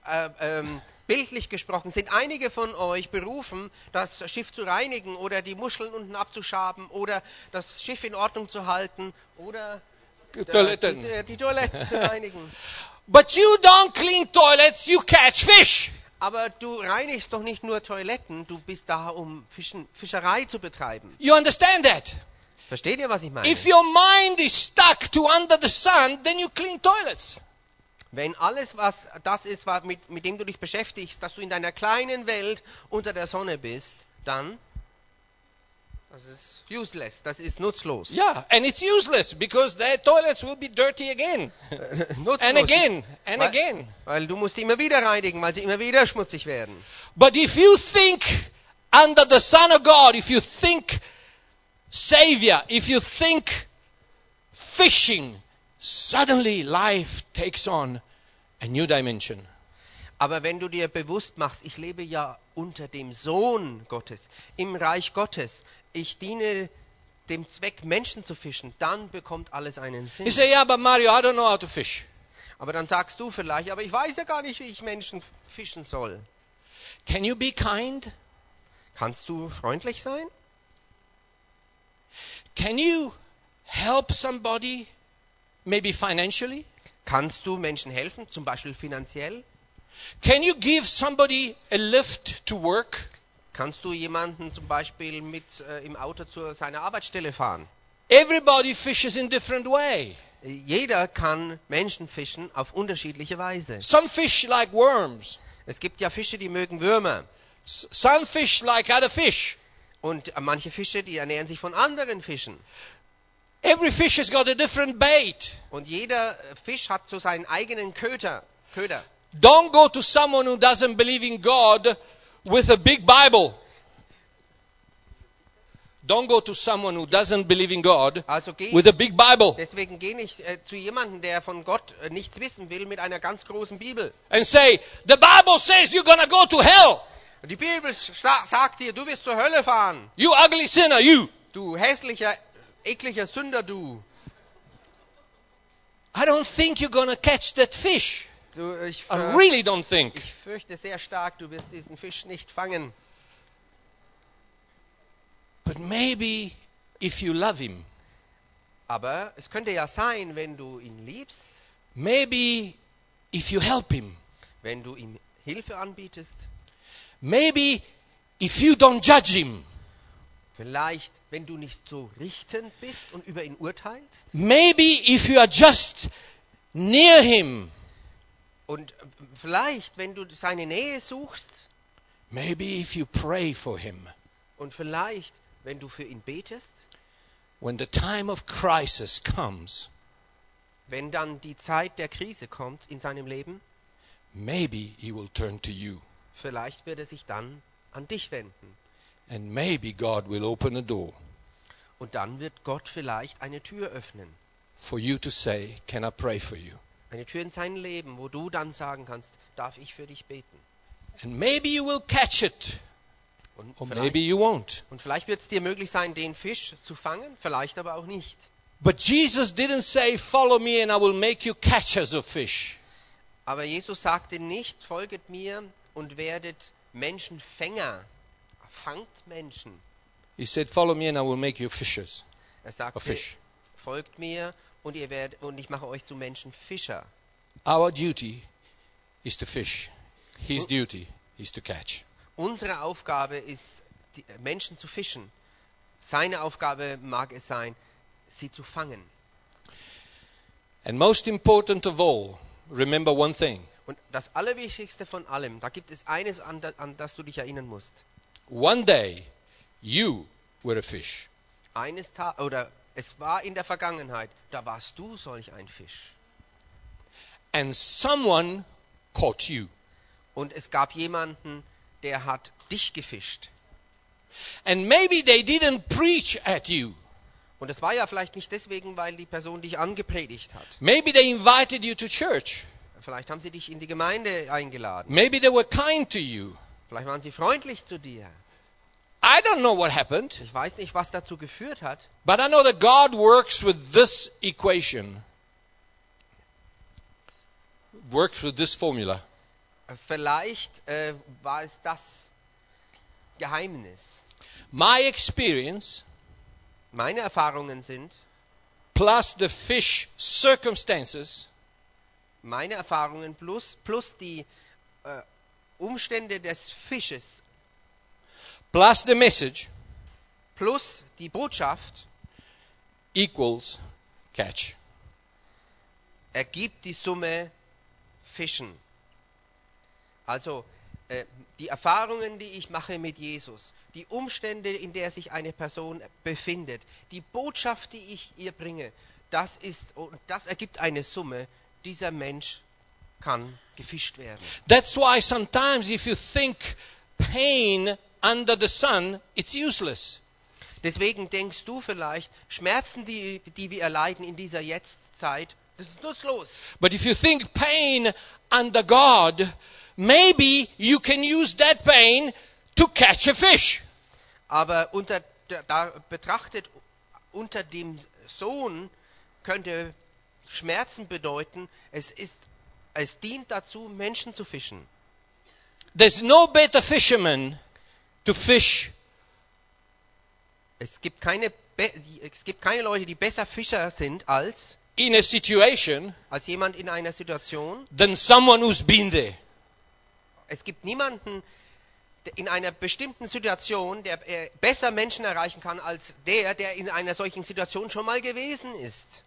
[SPEAKER 3] Äh, ähm, bildlich gesprochen, sind einige von euch berufen, das Schiff zu reinigen oder die Muscheln unten abzuschaben oder das Schiff in Ordnung zu halten oder äh, die,
[SPEAKER 2] Toiletten.
[SPEAKER 3] äh, die Toiletten zu reinigen.
[SPEAKER 2] But you don't clean toilets, you catch fish.
[SPEAKER 3] Aber du reinigst doch nicht nur Toiletten, du bist da, um Fischen, Fischerei zu betreiben.
[SPEAKER 2] You understand that?
[SPEAKER 3] Versteht ihr, was ich meine?
[SPEAKER 2] If your mind is stuck to under the sun, then you clean toilets.
[SPEAKER 3] Wenn alles, was das ist, was mit, mit dem du dich beschäftigst, dass du in deiner kleinen Welt unter der Sonne bist, dann das ist useless, das ist nutzlos.
[SPEAKER 2] Yeah, and it's useless because their toilets will be dirty again
[SPEAKER 3] [laughs] nutzlos.
[SPEAKER 2] and again and
[SPEAKER 3] Why-
[SPEAKER 2] again.
[SPEAKER 3] Weil du musst die immer wieder reinigen, weil sie immer wieder schmutzig werden.
[SPEAKER 2] But if you think under the Son of God, if you think Savior, if you think fishing, suddenly life takes on a new dimension.
[SPEAKER 3] Aber wenn du dir bewusst machst, ich lebe ja unter dem Sohn Gottes, im Reich Gottes, ich diene dem Zweck, Menschen zu fischen, dann bekommt alles einen Sinn.
[SPEAKER 2] You say, yeah, but Mario, I don't know how to fish.
[SPEAKER 3] Aber dann sagst du vielleicht, aber ich weiß ja gar nicht, wie ich Menschen f- fischen soll.
[SPEAKER 2] Can you be kind?
[SPEAKER 3] Kannst du freundlich sein?
[SPEAKER 2] Can you help somebody, maybe financially?
[SPEAKER 3] Kannst du Menschen helfen, zum Beispiel finanziell?
[SPEAKER 2] Can you give somebody a lift to work?
[SPEAKER 3] Kannst du jemanden zum Beispiel mit äh, im Auto zu seiner Arbeitsstelle fahren?
[SPEAKER 2] Everybody fishes in different way.
[SPEAKER 3] Äh, Jeder kann Menschen fischen auf unterschiedliche Weise.
[SPEAKER 2] Some fish like worms.
[SPEAKER 3] Es gibt ja Fische, die mögen Würmer.
[SPEAKER 2] S- Some fish like other fish.
[SPEAKER 3] Und äh, manche Fische, die ernähren sich von anderen Fischen.
[SPEAKER 2] Every fish has got a different bait.
[SPEAKER 3] Und jeder äh, Fisch hat so seinen eigenen Köder. Köder.
[SPEAKER 2] Don't go to someone who doesn't believe in God with a big Bible. Don't go to someone who doesn't believe in God
[SPEAKER 3] Also geh,
[SPEAKER 2] with a big Bible
[SPEAKER 3] deswegen geh nicht äh, zu jemandem, der von Gott äh, nichts wissen will, mit einer ganz großen Bibel.
[SPEAKER 2] and say, The Bible says you're gonna go to hell.
[SPEAKER 3] Die Bibel sta- sagt dir, du wirst zur Hölle fahren.
[SPEAKER 2] You ugly sinner, you.
[SPEAKER 3] Du hässlicher, ekliger Sünder, du.
[SPEAKER 2] I don't think you're gonna catch that fish.
[SPEAKER 3] du ich,
[SPEAKER 2] I
[SPEAKER 3] ver-
[SPEAKER 2] really don't think.
[SPEAKER 3] ich fürchte sehr stark, du wirst diesen Fisch nicht fangen.
[SPEAKER 2] But maybe if you love him,
[SPEAKER 3] Aber es könnte ja sein, wenn du ihn liebst,
[SPEAKER 2] maybe if you help him,
[SPEAKER 3] wenn du ihm Hilfe anbietest,
[SPEAKER 2] maybe if you don't judge him,
[SPEAKER 3] vielleicht wenn du nicht so richtend bist und über ihn urteilst
[SPEAKER 2] Maybe if you are just near him,
[SPEAKER 3] und äh, vielleicht wenn du seine Nähe suchst
[SPEAKER 2] maybe if you pray for him,
[SPEAKER 3] und vielleicht wenn du für ihn betest,
[SPEAKER 2] when the time of crisis comes,
[SPEAKER 3] wenn dann die Zeit der Krise kommt in seinem Leben,
[SPEAKER 2] maybe he will turn to you.
[SPEAKER 3] vielleicht wird er sich dann an dich wenden.
[SPEAKER 2] And maybe God will open a door
[SPEAKER 3] Und dann wird Gott vielleicht eine Tür öffnen.
[SPEAKER 2] for you to say, Can I pray for you?
[SPEAKER 3] Eine Tür in sein Leben, wo du dann sagen kannst, darf ich für dich beten?
[SPEAKER 2] And maybe you will catch it,
[SPEAKER 3] Und
[SPEAKER 2] or
[SPEAKER 3] vielleicht,
[SPEAKER 2] maybe you won't.
[SPEAKER 3] und vielleicht wird es dir möglich sein, den Fisch zu fangen, vielleicht aber auch nicht.
[SPEAKER 2] But Jesus didn't say, Follow me and I will make you catchers of fish.
[SPEAKER 3] Aber Jesus sagte nicht, folget mir und werdet Menschenfänger. Fangt Menschen.
[SPEAKER 2] He said, Follow me and I will make you fishers
[SPEAKER 3] Er
[SPEAKER 2] of
[SPEAKER 3] sagte,
[SPEAKER 2] fish.
[SPEAKER 3] folgt mir und ihr werdet und ich mache euch zu Menschenfischer.
[SPEAKER 2] Our duty is to fish. His duty is to catch.
[SPEAKER 3] Unsere Aufgabe ist, die Menschen zu fischen. Seine Aufgabe mag es sein, sie zu fangen.
[SPEAKER 2] And most important of all, remember one thing.
[SPEAKER 3] Und das Allerwichtigste von allem, da gibt es eines, an, da- an das du dich erinnern musst.
[SPEAKER 2] One day, you were a fish.
[SPEAKER 3] Eines Tages, oder es war in der Vergangenheit, da warst du solch ein Fisch.
[SPEAKER 2] And someone caught you.
[SPEAKER 3] Und es gab jemanden, der hat dich gefischt.
[SPEAKER 2] And maybe they didn't preach at you.
[SPEAKER 3] Und das war ja vielleicht nicht deswegen, weil die Person dich angepredigt hat.
[SPEAKER 2] Maybe they invited you to church.
[SPEAKER 3] Vielleicht haben sie dich in die Gemeinde eingeladen.
[SPEAKER 2] Maybe they were kind to you.
[SPEAKER 3] Vielleicht waren sie freundlich zu dir.
[SPEAKER 2] I don't know what happened,
[SPEAKER 3] Ich weiß nicht, was dazu geführt hat,
[SPEAKER 2] but I know that God works with this equation. Works with this formula.
[SPEAKER 3] Vielleicht äh, war es das Geheimnis.
[SPEAKER 2] My experience
[SPEAKER 3] Meine Erfahrungen sind,
[SPEAKER 2] plus the fish circumstances
[SPEAKER 3] meine Erfahrungen plus, plus die äh, Umstände des Fisches,
[SPEAKER 2] plus the message
[SPEAKER 3] plus die Botschaft,
[SPEAKER 2] equals catch.
[SPEAKER 3] ergibt die Summe Fischen. Also äh, die Erfahrungen, die ich mache mit Jesus, die Umstände, in der sich eine Person befindet, die Botschaft, die ich ihr bringe, das ist und das ergibt eine Summe. Dieser Mensch kann gefischt werden.
[SPEAKER 2] That's why sometimes if you think pain under the sun, it's useless.
[SPEAKER 3] Deswegen denkst du vielleicht, Schmerzen, die, die wir erleiden in dieser Jetztzeit, das ist nutzlos.
[SPEAKER 2] But if you think pain under God, maybe you can use that pain to catch a fish.
[SPEAKER 3] Aber unter, da- da betrachtet unter dem Sohn könnte Schmerzen bedeuten, es, ist, es dient dazu, Menschen zu fischen.
[SPEAKER 2] There's no better fisherman to fish
[SPEAKER 3] Es gibt keine, be- es gibt keine Leute, die besser Fischer sind als,
[SPEAKER 2] in a situation
[SPEAKER 3] als jemand in einer Situation.
[SPEAKER 2] than someone who's been there.
[SPEAKER 3] Es gibt niemanden der in einer bestimmten Situation, der äh, besser Menschen erreichen kann als der, der in einer solchen Situation schon mal gewesen ist.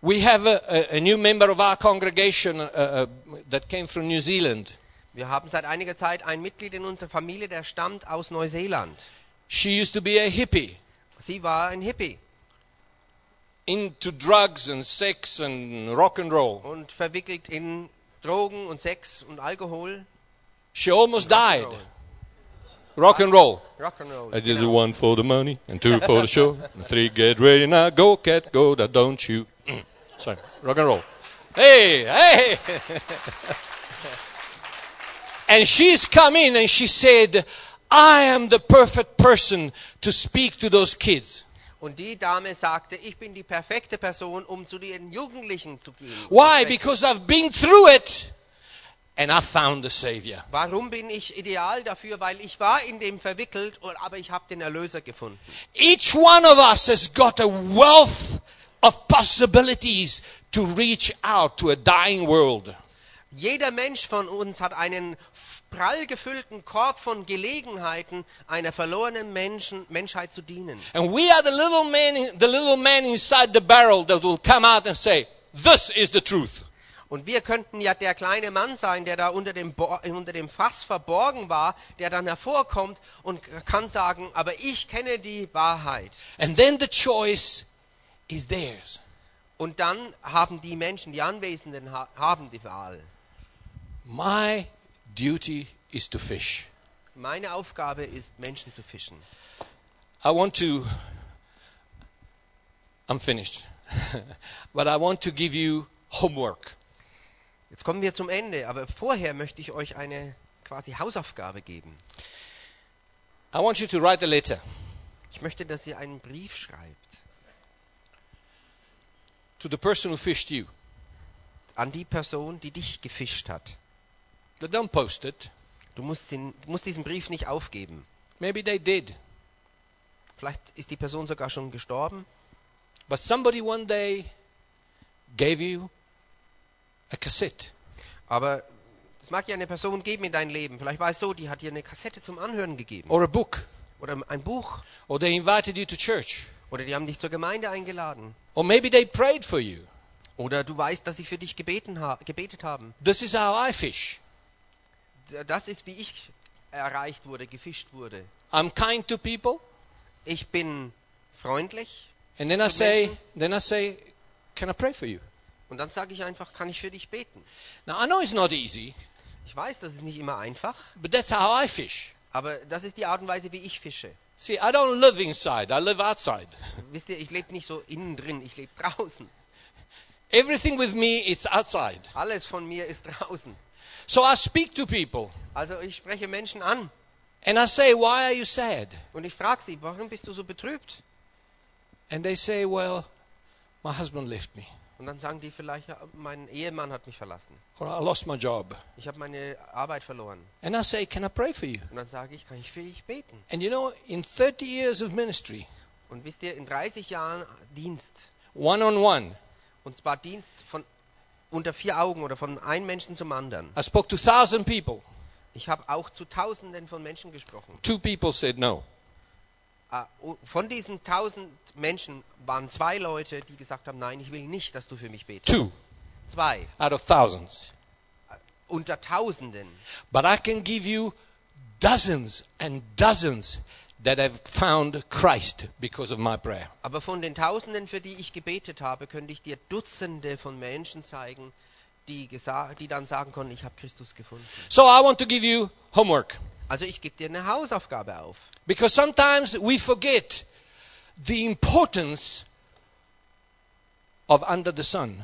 [SPEAKER 2] We have a, a, a new member of our congregation uh, uh, that came from New Zealand.
[SPEAKER 3] Wir haben seit einiger Zeit ein Mitglied in unserer Familie, der stammt aus Neuseeland.
[SPEAKER 2] She used to be a hippie,
[SPEAKER 3] Sie war ein Hippie
[SPEAKER 2] into drugs and sex and rock and roll.
[SPEAKER 3] und verwickelt in Drogen und Sex und Alkohol.
[SPEAKER 2] She almost died.
[SPEAKER 3] Rock'n'Roll.
[SPEAKER 2] Rock and roll.
[SPEAKER 3] Rock'n'Roll.
[SPEAKER 2] I did the
[SPEAKER 3] genau.
[SPEAKER 2] one for the money and two for the show and three get ready now go cat go that don't you Mm. sorry rock and roll hey hey [laughs] and she's come in and she said I am the perfect person to speak to those kids
[SPEAKER 3] Und die Dame sagte, ich bin die perfekte Person, um zu den Jugendlichen zu gehen.
[SPEAKER 2] why
[SPEAKER 3] Perfekt.
[SPEAKER 2] because I've been through it and I found the savior
[SPEAKER 3] Warum bin ich ideal dafür? Weil ich war in dem verwickelt, und- aber ich habe den Erlöser gefunden.
[SPEAKER 2] each one of us has got a wealth of possibilities to reach out to a dying world
[SPEAKER 3] Jeder Mensch von uns hat einen f- prall gefüllten Korb von Gelegenheiten, einer verlorenen Menschen, Menschheit zu dienen.
[SPEAKER 2] And we are the little man, in, the little man inside the barrel that will come out and say, "This is the truth."
[SPEAKER 3] Und wir könnten ja der kleine Mann sein, der da unter dem, Bo äh, unter dem Fass verborgen war, der dann hervorkommt und k- kann sagen, aber ich kenne die Wahrheit.
[SPEAKER 2] And then the choice is theirs.
[SPEAKER 3] Und dann haben die Menschen, die Anwesenden, ha haben die Wahl.
[SPEAKER 2] My duty is to fish.
[SPEAKER 3] Meine Aufgabe ist, Menschen zu fischen.
[SPEAKER 2] I want to. I'm finished, [laughs] but I want to give you homework.
[SPEAKER 3] Jetzt kommen wir zum Ende, aber vorher möchte ich euch eine quasi Hausaufgabe geben.
[SPEAKER 2] I want you to write a letter
[SPEAKER 3] Ich möchte, dass ihr einen Brief schreibt
[SPEAKER 2] to the person who fished you.
[SPEAKER 3] an die Person, die dich gefischt hat.
[SPEAKER 2] They don't post it.
[SPEAKER 3] Du musst, ihn, du musst diesen Brief nicht aufgeben.
[SPEAKER 2] Maybe they did,
[SPEAKER 3] Vielleicht ist die Person sogar schon gestorben.
[SPEAKER 2] but somebody one day gave you a cassette.
[SPEAKER 3] Aber es mag ja eine Person geben in deinem Leben. Vielleicht war es so, die hat dir eine Kassette zum Anhören gegeben.
[SPEAKER 2] or a book,
[SPEAKER 3] Oder ein Buch.
[SPEAKER 2] or they invited you to church,
[SPEAKER 3] Oder die haben dich zur Gemeinde eingeladen.
[SPEAKER 2] or maybe they prayed for you.
[SPEAKER 3] Oder du weißt, dass sie für dich gebeten ha gebetet haben.
[SPEAKER 2] This is how I fish.
[SPEAKER 3] D- Das ist, wie ich erreicht wurde, gefischt wurde.
[SPEAKER 2] I'm kind to people,
[SPEAKER 3] Ich bin freundlich
[SPEAKER 2] and then I
[SPEAKER 3] To
[SPEAKER 2] say,
[SPEAKER 3] mention?
[SPEAKER 2] then I say, can I pray for you?
[SPEAKER 3] und dann sage ich einfach, kann ich für dich beten?
[SPEAKER 2] Now I know it's not easy,
[SPEAKER 3] Ich weiß, das ist nicht immer einfach,
[SPEAKER 2] but that's how I fish.
[SPEAKER 3] aber das ist die Art und Weise, wie ich fische.
[SPEAKER 2] See, I don't live inside, I live outside.
[SPEAKER 3] Wisst ihr, ich lebe nicht so innen drin, ich lebe draußen.
[SPEAKER 2] Everything with me is outside.
[SPEAKER 3] Alles von mir ist draußen.
[SPEAKER 2] So I speak to people
[SPEAKER 3] Also ich spreche Menschen an
[SPEAKER 2] and I say, Why are you sad?
[SPEAKER 3] und ich frage sie, warum bist du so betrübt?
[SPEAKER 2] And they say, Well, my husband left me,
[SPEAKER 3] Und dann sagen die vielleicht, ja, mein Ehemann hat mich verlassen.
[SPEAKER 2] or I lost my job.
[SPEAKER 3] Ich habe meine Arbeit verloren.
[SPEAKER 2] And I say, Can I pray for you?
[SPEAKER 3] Und dann sage ich, kann ich für dich beten?
[SPEAKER 2] And you know, in 30 years of ministry,
[SPEAKER 3] Und wisst ihr, in 30 Jahren Dienst,
[SPEAKER 2] one on one,
[SPEAKER 3] und zwar Dienst von unter vier Augen oder von einem Menschen zum anderen.
[SPEAKER 2] I spoke to 1,000 people.
[SPEAKER 3] Ich habe auch zu Tausenden von Menschen gesprochen.
[SPEAKER 2] Two people said no.
[SPEAKER 3] Ah, oh, Von diesen tausend Menschen waren zwei Leute, die gesagt haben, nein, ich will nicht, dass du für mich betest.
[SPEAKER 2] Two
[SPEAKER 3] Zwei.
[SPEAKER 2] out of thousands.
[SPEAKER 3] Unter Tausenden.
[SPEAKER 2] But I can give you dozens and dozens that have found Christ because of my prayer.
[SPEAKER 3] Aber von den Tausenden, für die ich gebetet habe, könnte ich dir Dutzende von Menschen zeigen, die, gesa- die dann sagen konnten, ich habe Christus gefunden.
[SPEAKER 2] So I want to give you homework
[SPEAKER 3] Also ich gebe dir eine Hausaufgabe auf.
[SPEAKER 2] because sometimes we forget the importance of under the sun.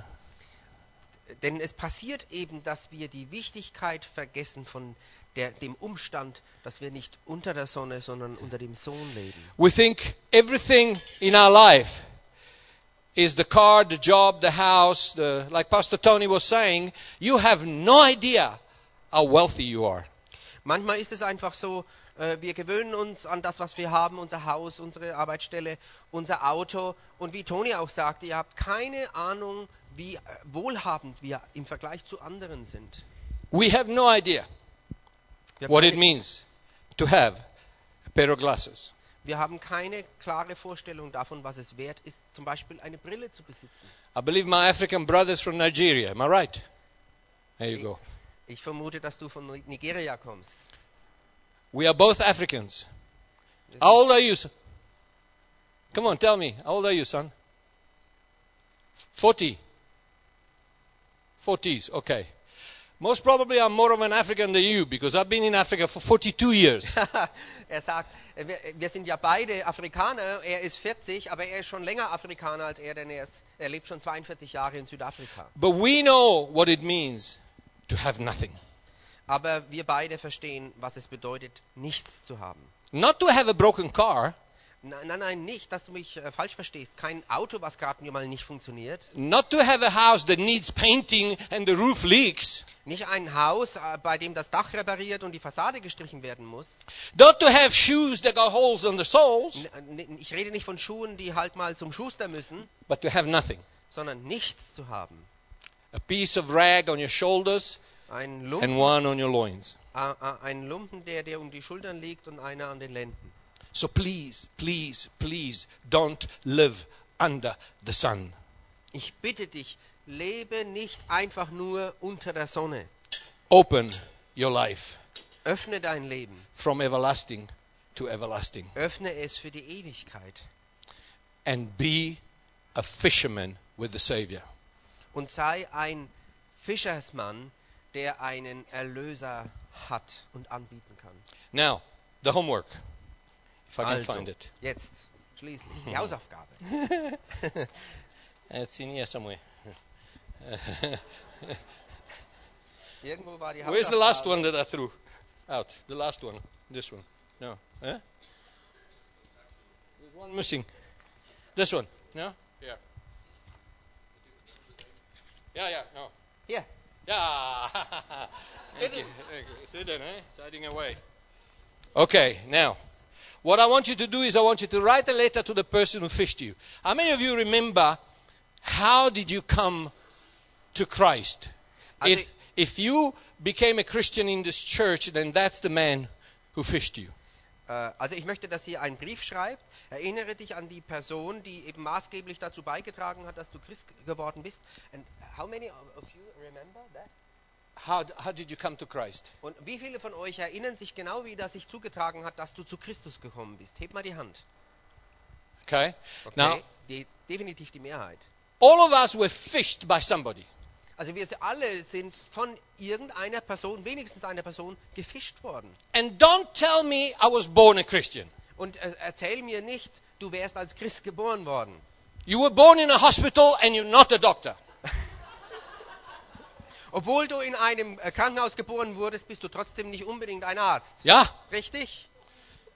[SPEAKER 3] Denn es passiert eben, dass wir die Wichtigkeit vergessen von der, dem Umstand, dass wir nicht unter der Sonne, sondern unter dem Sohn leben.
[SPEAKER 2] We think everything in our life is the car, the job, the house, the, like Pastor Tony was saying, you have no idea how wealthy you are.
[SPEAKER 3] Manchmal ist es einfach so, äh, wir gewöhnen uns an das, was wir haben, unser Haus, unsere Arbeitsstelle, unser Auto. Und wie Toni auch sagte, ihr habt keine Ahnung, wie äh, wohlhabend wir im Vergleich zu anderen sind.
[SPEAKER 2] We have no idea
[SPEAKER 3] Wir
[SPEAKER 2] what
[SPEAKER 3] haben,
[SPEAKER 2] it
[SPEAKER 3] keine,
[SPEAKER 2] means to have a pair of glasses.
[SPEAKER 3] wir haben keine klare Vorstellung davon, was es wert ist, zum Beispiel eine Brille zu besitzen.
[SPEAKER 2] I believe my African brothers from Nigeria, am I right? There you go.
[SPEAKER 3] Ich vermute, dass du von Nigeria kommst.
[SPEAKER 2] We are both Africans. How old are you? son? Come on, tell me. How old are you, son? 40. 40s, okay. Most probably I'm more of an African than you because I've been in Africa for 42 years.
[SPEAKER 3] [laughs] er sagt, äh, wir, wir sind ja beide Afrikaner, er ist 40, aber er ist schon länger Afrikaner als er, denn er, ist, er lebt schon 42 Jahre in Südafrika.
[SPEAKER 2] but we know what it means to have nothing.
[SPEAKER 3] Aber wir beide verstehen, was es bedeutet, nichts zu haben.
[SPEAKER 2] Not to have a broken car,
[SPEAKER 3] Nein, nein, nein, nicht, dass du mich äh, falsch verstehst. Kein Auto, was gerade mal nicht funktioniert.
[SPEAKER 2] not to have a house that needs painting and the roof leaks,
[SPEAKER 3] Nicht ein Haus, äh, bei dem das Dach repariert und die Fassade gestrichen werden muss.
[SPEAKER 2] not to have shoes that got holes on the soles,
[SPEAKER 3] N n- ich rede nicht von Schuhen, die halt mal zum Schuster müssen,
[SPEAKER 2] but to have nothing.
[SPEAKER 3] sondern nichts zu haben.
[SPEAKER 2] A piece of rag on your shoulders
[SPEAKER 3] Ein
[SPEAKER 2] and
[SPEAKER 3] Lumpen,
[SPEAKER 2] one on your loins.
[SPEAKER 3] äh, äh, ein Lumpen der dir um die Schultern liegt und einer an den Lenden.
[SPEAKER 2] So please, please, please don't live under the sun.
[SPEAKER 3] Ich bitte dich, lebe nicht einfach nur unter der Sonne.
[SPEAKER 2] Open your life
[SPEAKER 3] Öffne dein Leben.
[SPEAKER 2] from everlasting to everlasting
[SPEAKER 3] Öffne es für die Ewigkeit.
[SPEAKER 2] and be a fisherman with the Savior.
[SPEAKER 3] und sei ein Fischersmann, der einen Erlöser hat und anbieten kann.
[SPEAKER 2] Now, the homework, if I can
[SPEAKER 3] Also.
[SPEAKER 2] find it.
[SPEAKER 3] Jetzt schließlich
[SPEAKER 2] [laughs]
[SPEAKER 3] die Hausaufgabe.
[SPEAKER 2] Eh, It's in here somewhere.
[SPEAKER 3] Irgendwo war die Hausaufgabe.
[SPEAKER 2] Where's the last one that I threw out? The last one. This one. No. Eh? There's one missing. This one. No? Yeah. Yeah, yeah, no.
[SPEAKER 3] Here.
[SPEAKER 2] Yeah. [laughs] Thank you. Thank you. It's hidden, eh? It's hiding away. Okay, now. What I want you to do is I want you to write a letter to the person who fished you. How many of you remember how did you come to Christ?
[SPEAKER 3] Also,
[SPEAKER 2] If, if you became a Christian in this church, then that's the man who fished you.
[SPEAKER 3] äh, also ich möchte, dass ihr einen Brief schreibt. Erinnere dich an die Person, die eben maßgeblich dazu beigetragen hat, dass du Christ geworden bist. And how many of you remember that?
[SPEAKER 2] How, how did you come to Christ?
[SPEAKER 3] Und wie viele von euch erinnern sich genau, wie das sich zugetragen hat, dass du zu Christus gekommen bist? Hebt mal die Hand.
[SPEAKER 2] Okay?
[SPEAKER 3] Okay?
[SPEAKER 2] Now,
[SPEAKER 3] die, definitiv die Mehrheit.
[SPEAKER 2] all of us were fished by somebody.
[SPEAKER 3] Also wir alle sind von irgendeiner Person, wenigstens einer Person, gefischt worden.
[SPEAKER 2] And don't tell me I was born a Christian.
[SPEAKER 3] Und äh, erzähl mir nicht, du wärst als Christ geboren worden.
[SPEAKER 2] You were born in a hospital and you're not a doctor.
[SPEAKER 3] Obwohl du in einem äh, Krankenhaus geboren wurdest, bist du trotzdem nicht unbedingt ein Arzt.
[SPEAKER 2] Yeah?
[SPEAKER 3] Richtig?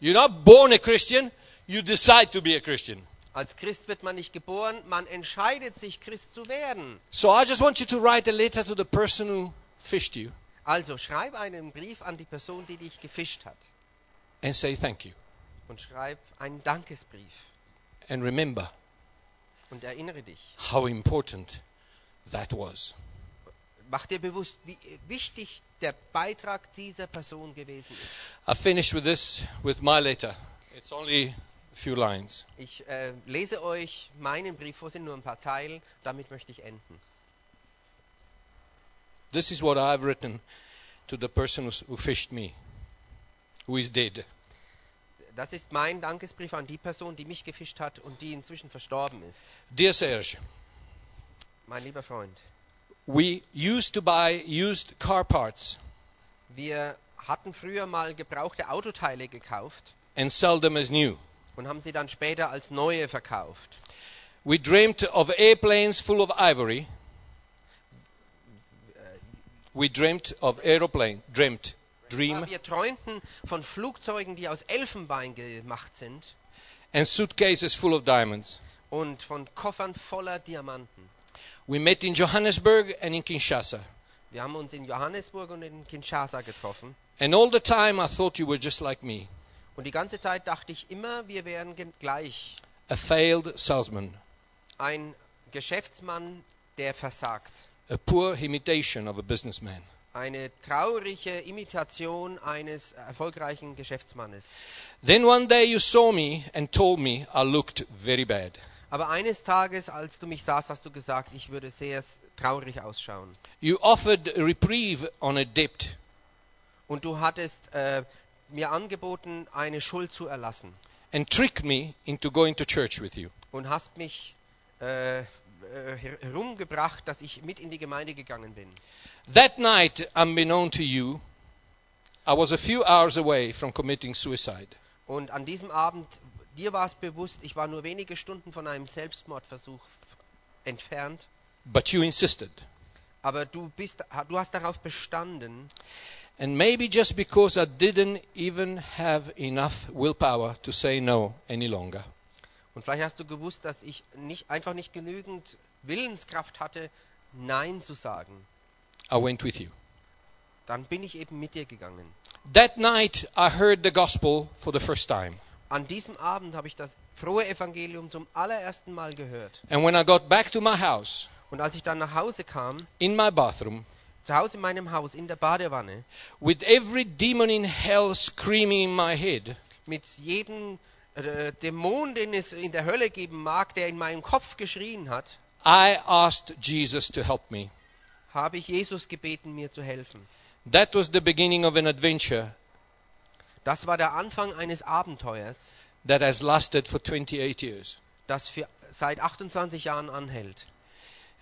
[SPEAKER 2] You're not born a Christian, you decide to be a Christian.
[SPEAKER 3] Als Christ wird man nicht geboren, man entscheidet sich, Christ zu werden.
[SPEAKER 2] So I just want you to write a letter to the person who fished you
[SPEAKER 3] Also schreib einen Brief an die Person, die dich gefischt hat.
[SPEAKER 2] and say thank you.
[SPEAKER 3] Und schreib einen Dankesbrief.
[SPEAKER 2] And remember
[SPEAKER 3] Und erinnere dich.
[SPEAKER 2] how important that was.
[SPEAKER 3] Mach dir bewusst, wie wichtig der Beitrag dieser Person gewesen ist.
[SPEAKER 2] I finish with this with my letter. It's only a few lines.
[SPEAKER 3] Ich äh, lese euch meinen Brief vor, es sind nur ein paar Zeilen, damit möchte ich enden.
[SPEAKER 2] This is what I've written to the person who's- who fished me, who is dead.
[SPEAKER 3] Das ist mein Dankesbrief an die Person, die mich gefischt hat und die inzwischen verstorben ist.
[SPEAKER 2] Dear Serge,
[SPEAKER 3] Mein lieber Freund,
[SPEAKER 2] we used to buy used car parts
[SPEAKER 3] wir hatten früher mal gebrauchte Autoteile gekauft
[SPEAKER 2] and sell them as new.
[SPEAKER 3] und haben sie dann später als neue verkauft.
[SPEAKER 2] We dreamt of airplanes full of ivory. We dreamt of aeroplane, dreamt, dream,
[SPEAKER 3] Aber wir träumten von Flugzeugen, die aus Elfenbein gemacht sind
[SPEAKER 2] and suitcases full of diamonds.
[SPEAKER 3] und von Koffern voller Diamanten.
[SPEAKER 2] We met in Johannesburg and in Kinshasa.
[SPEAKER 3] Wir haben uns in Johannesburg und in Kinshasa getroffen
[SPEAKER 2] And all the time I thought you were just like me,
[SPEAKER 3] und die ganze Zeit dachte ich immer, wir wären gen- gleich
[SPEAKER 2] a failed salesman,
[SPEAKER 3] ein Geschäftsmann, der versagt.
[SPEAKER 2] a poor imitation of a businessman.
[SPEAKER 3] Eine traurige Imitation eines erfolgreichen Geschäftsmannes.
[SPEAKER 2] Then one day you saw me and told me I looked very bad.
[SPEAKER 3] Aber eines Tages, als du mich sahst, hast du gesagt, ich würde sehr s- traurig ausschauen.
[SPEAKER 2] You offered a reprieve on a debt,
[SPEAKER 3] Und du hattest äh, mir angeboten, eine Schuld zu erlassen.
[SPEAKER 2] and tricked me into going to church with you.
[SPEAKER 3] Und hast mich äh, äh, her- herumgebracht, dass ich mit in die Gemeinde gegangen bin.
[SPEAKER 2] That night, unbeknown to you, I was a few hours away from committing suicide.
[SPEAKER 3] Und an diesem Abend, dir war es bewusst, ich war nur wenige Stunden von einem Selbstmordversuch f- entfernt.
[SPEAKER 2] But you insisted.
[SPEAKER 3] Aber du, bist, ha- du hast darauf bestanden.
[SPEAKER 2] And maybe just because I didn't even have enough willpower to say no any longer.
[SPEAKER 3] Und vielleicht hast du gewusst, dass ich nicht, einfach nicht genügend Willenskraft hatte, Nein zu sagen.
[SPEAKER 2] I went with you.
[SPEAKER 3] Dann bin ich eben mit dir gegangen.
[SPEAKER 2] That night, I heard the gospel for the first time.
[SPEAKER 3] An diesem Abend habe ich das frohe Evangelium zum allerersten Mal gehört.
[SPEAKER 2] And when I got back to my house,
[SPEAKER 3] Und als ich dann nach Hause kam,
[SPEAKER 2] in my bathroom,
[SPEAKER 3] zu Hause in meinem Haus, in der Badewanne,
[SPEAKER 2] with every demon in hell screaming in my head,
[SPEAKER 3] mit jedem äh, Dämon, den es in der Hölle geben mag, der in meinem Kopf geschrien hat,
[SPEAKER 2] I asked Jesus to help me.
[SPEAKER 3] habe ich Jesus gebeten, mir zu helfen.
[SPEAKER 2] That was the beginning of an adventure
[SPEAKER 3] Das war der Anfang eines Abenteuers,
[SPEAKER 2] that has lasted for 28 years
[SPEAKER 3] das für, seit 28 Jahren anhält.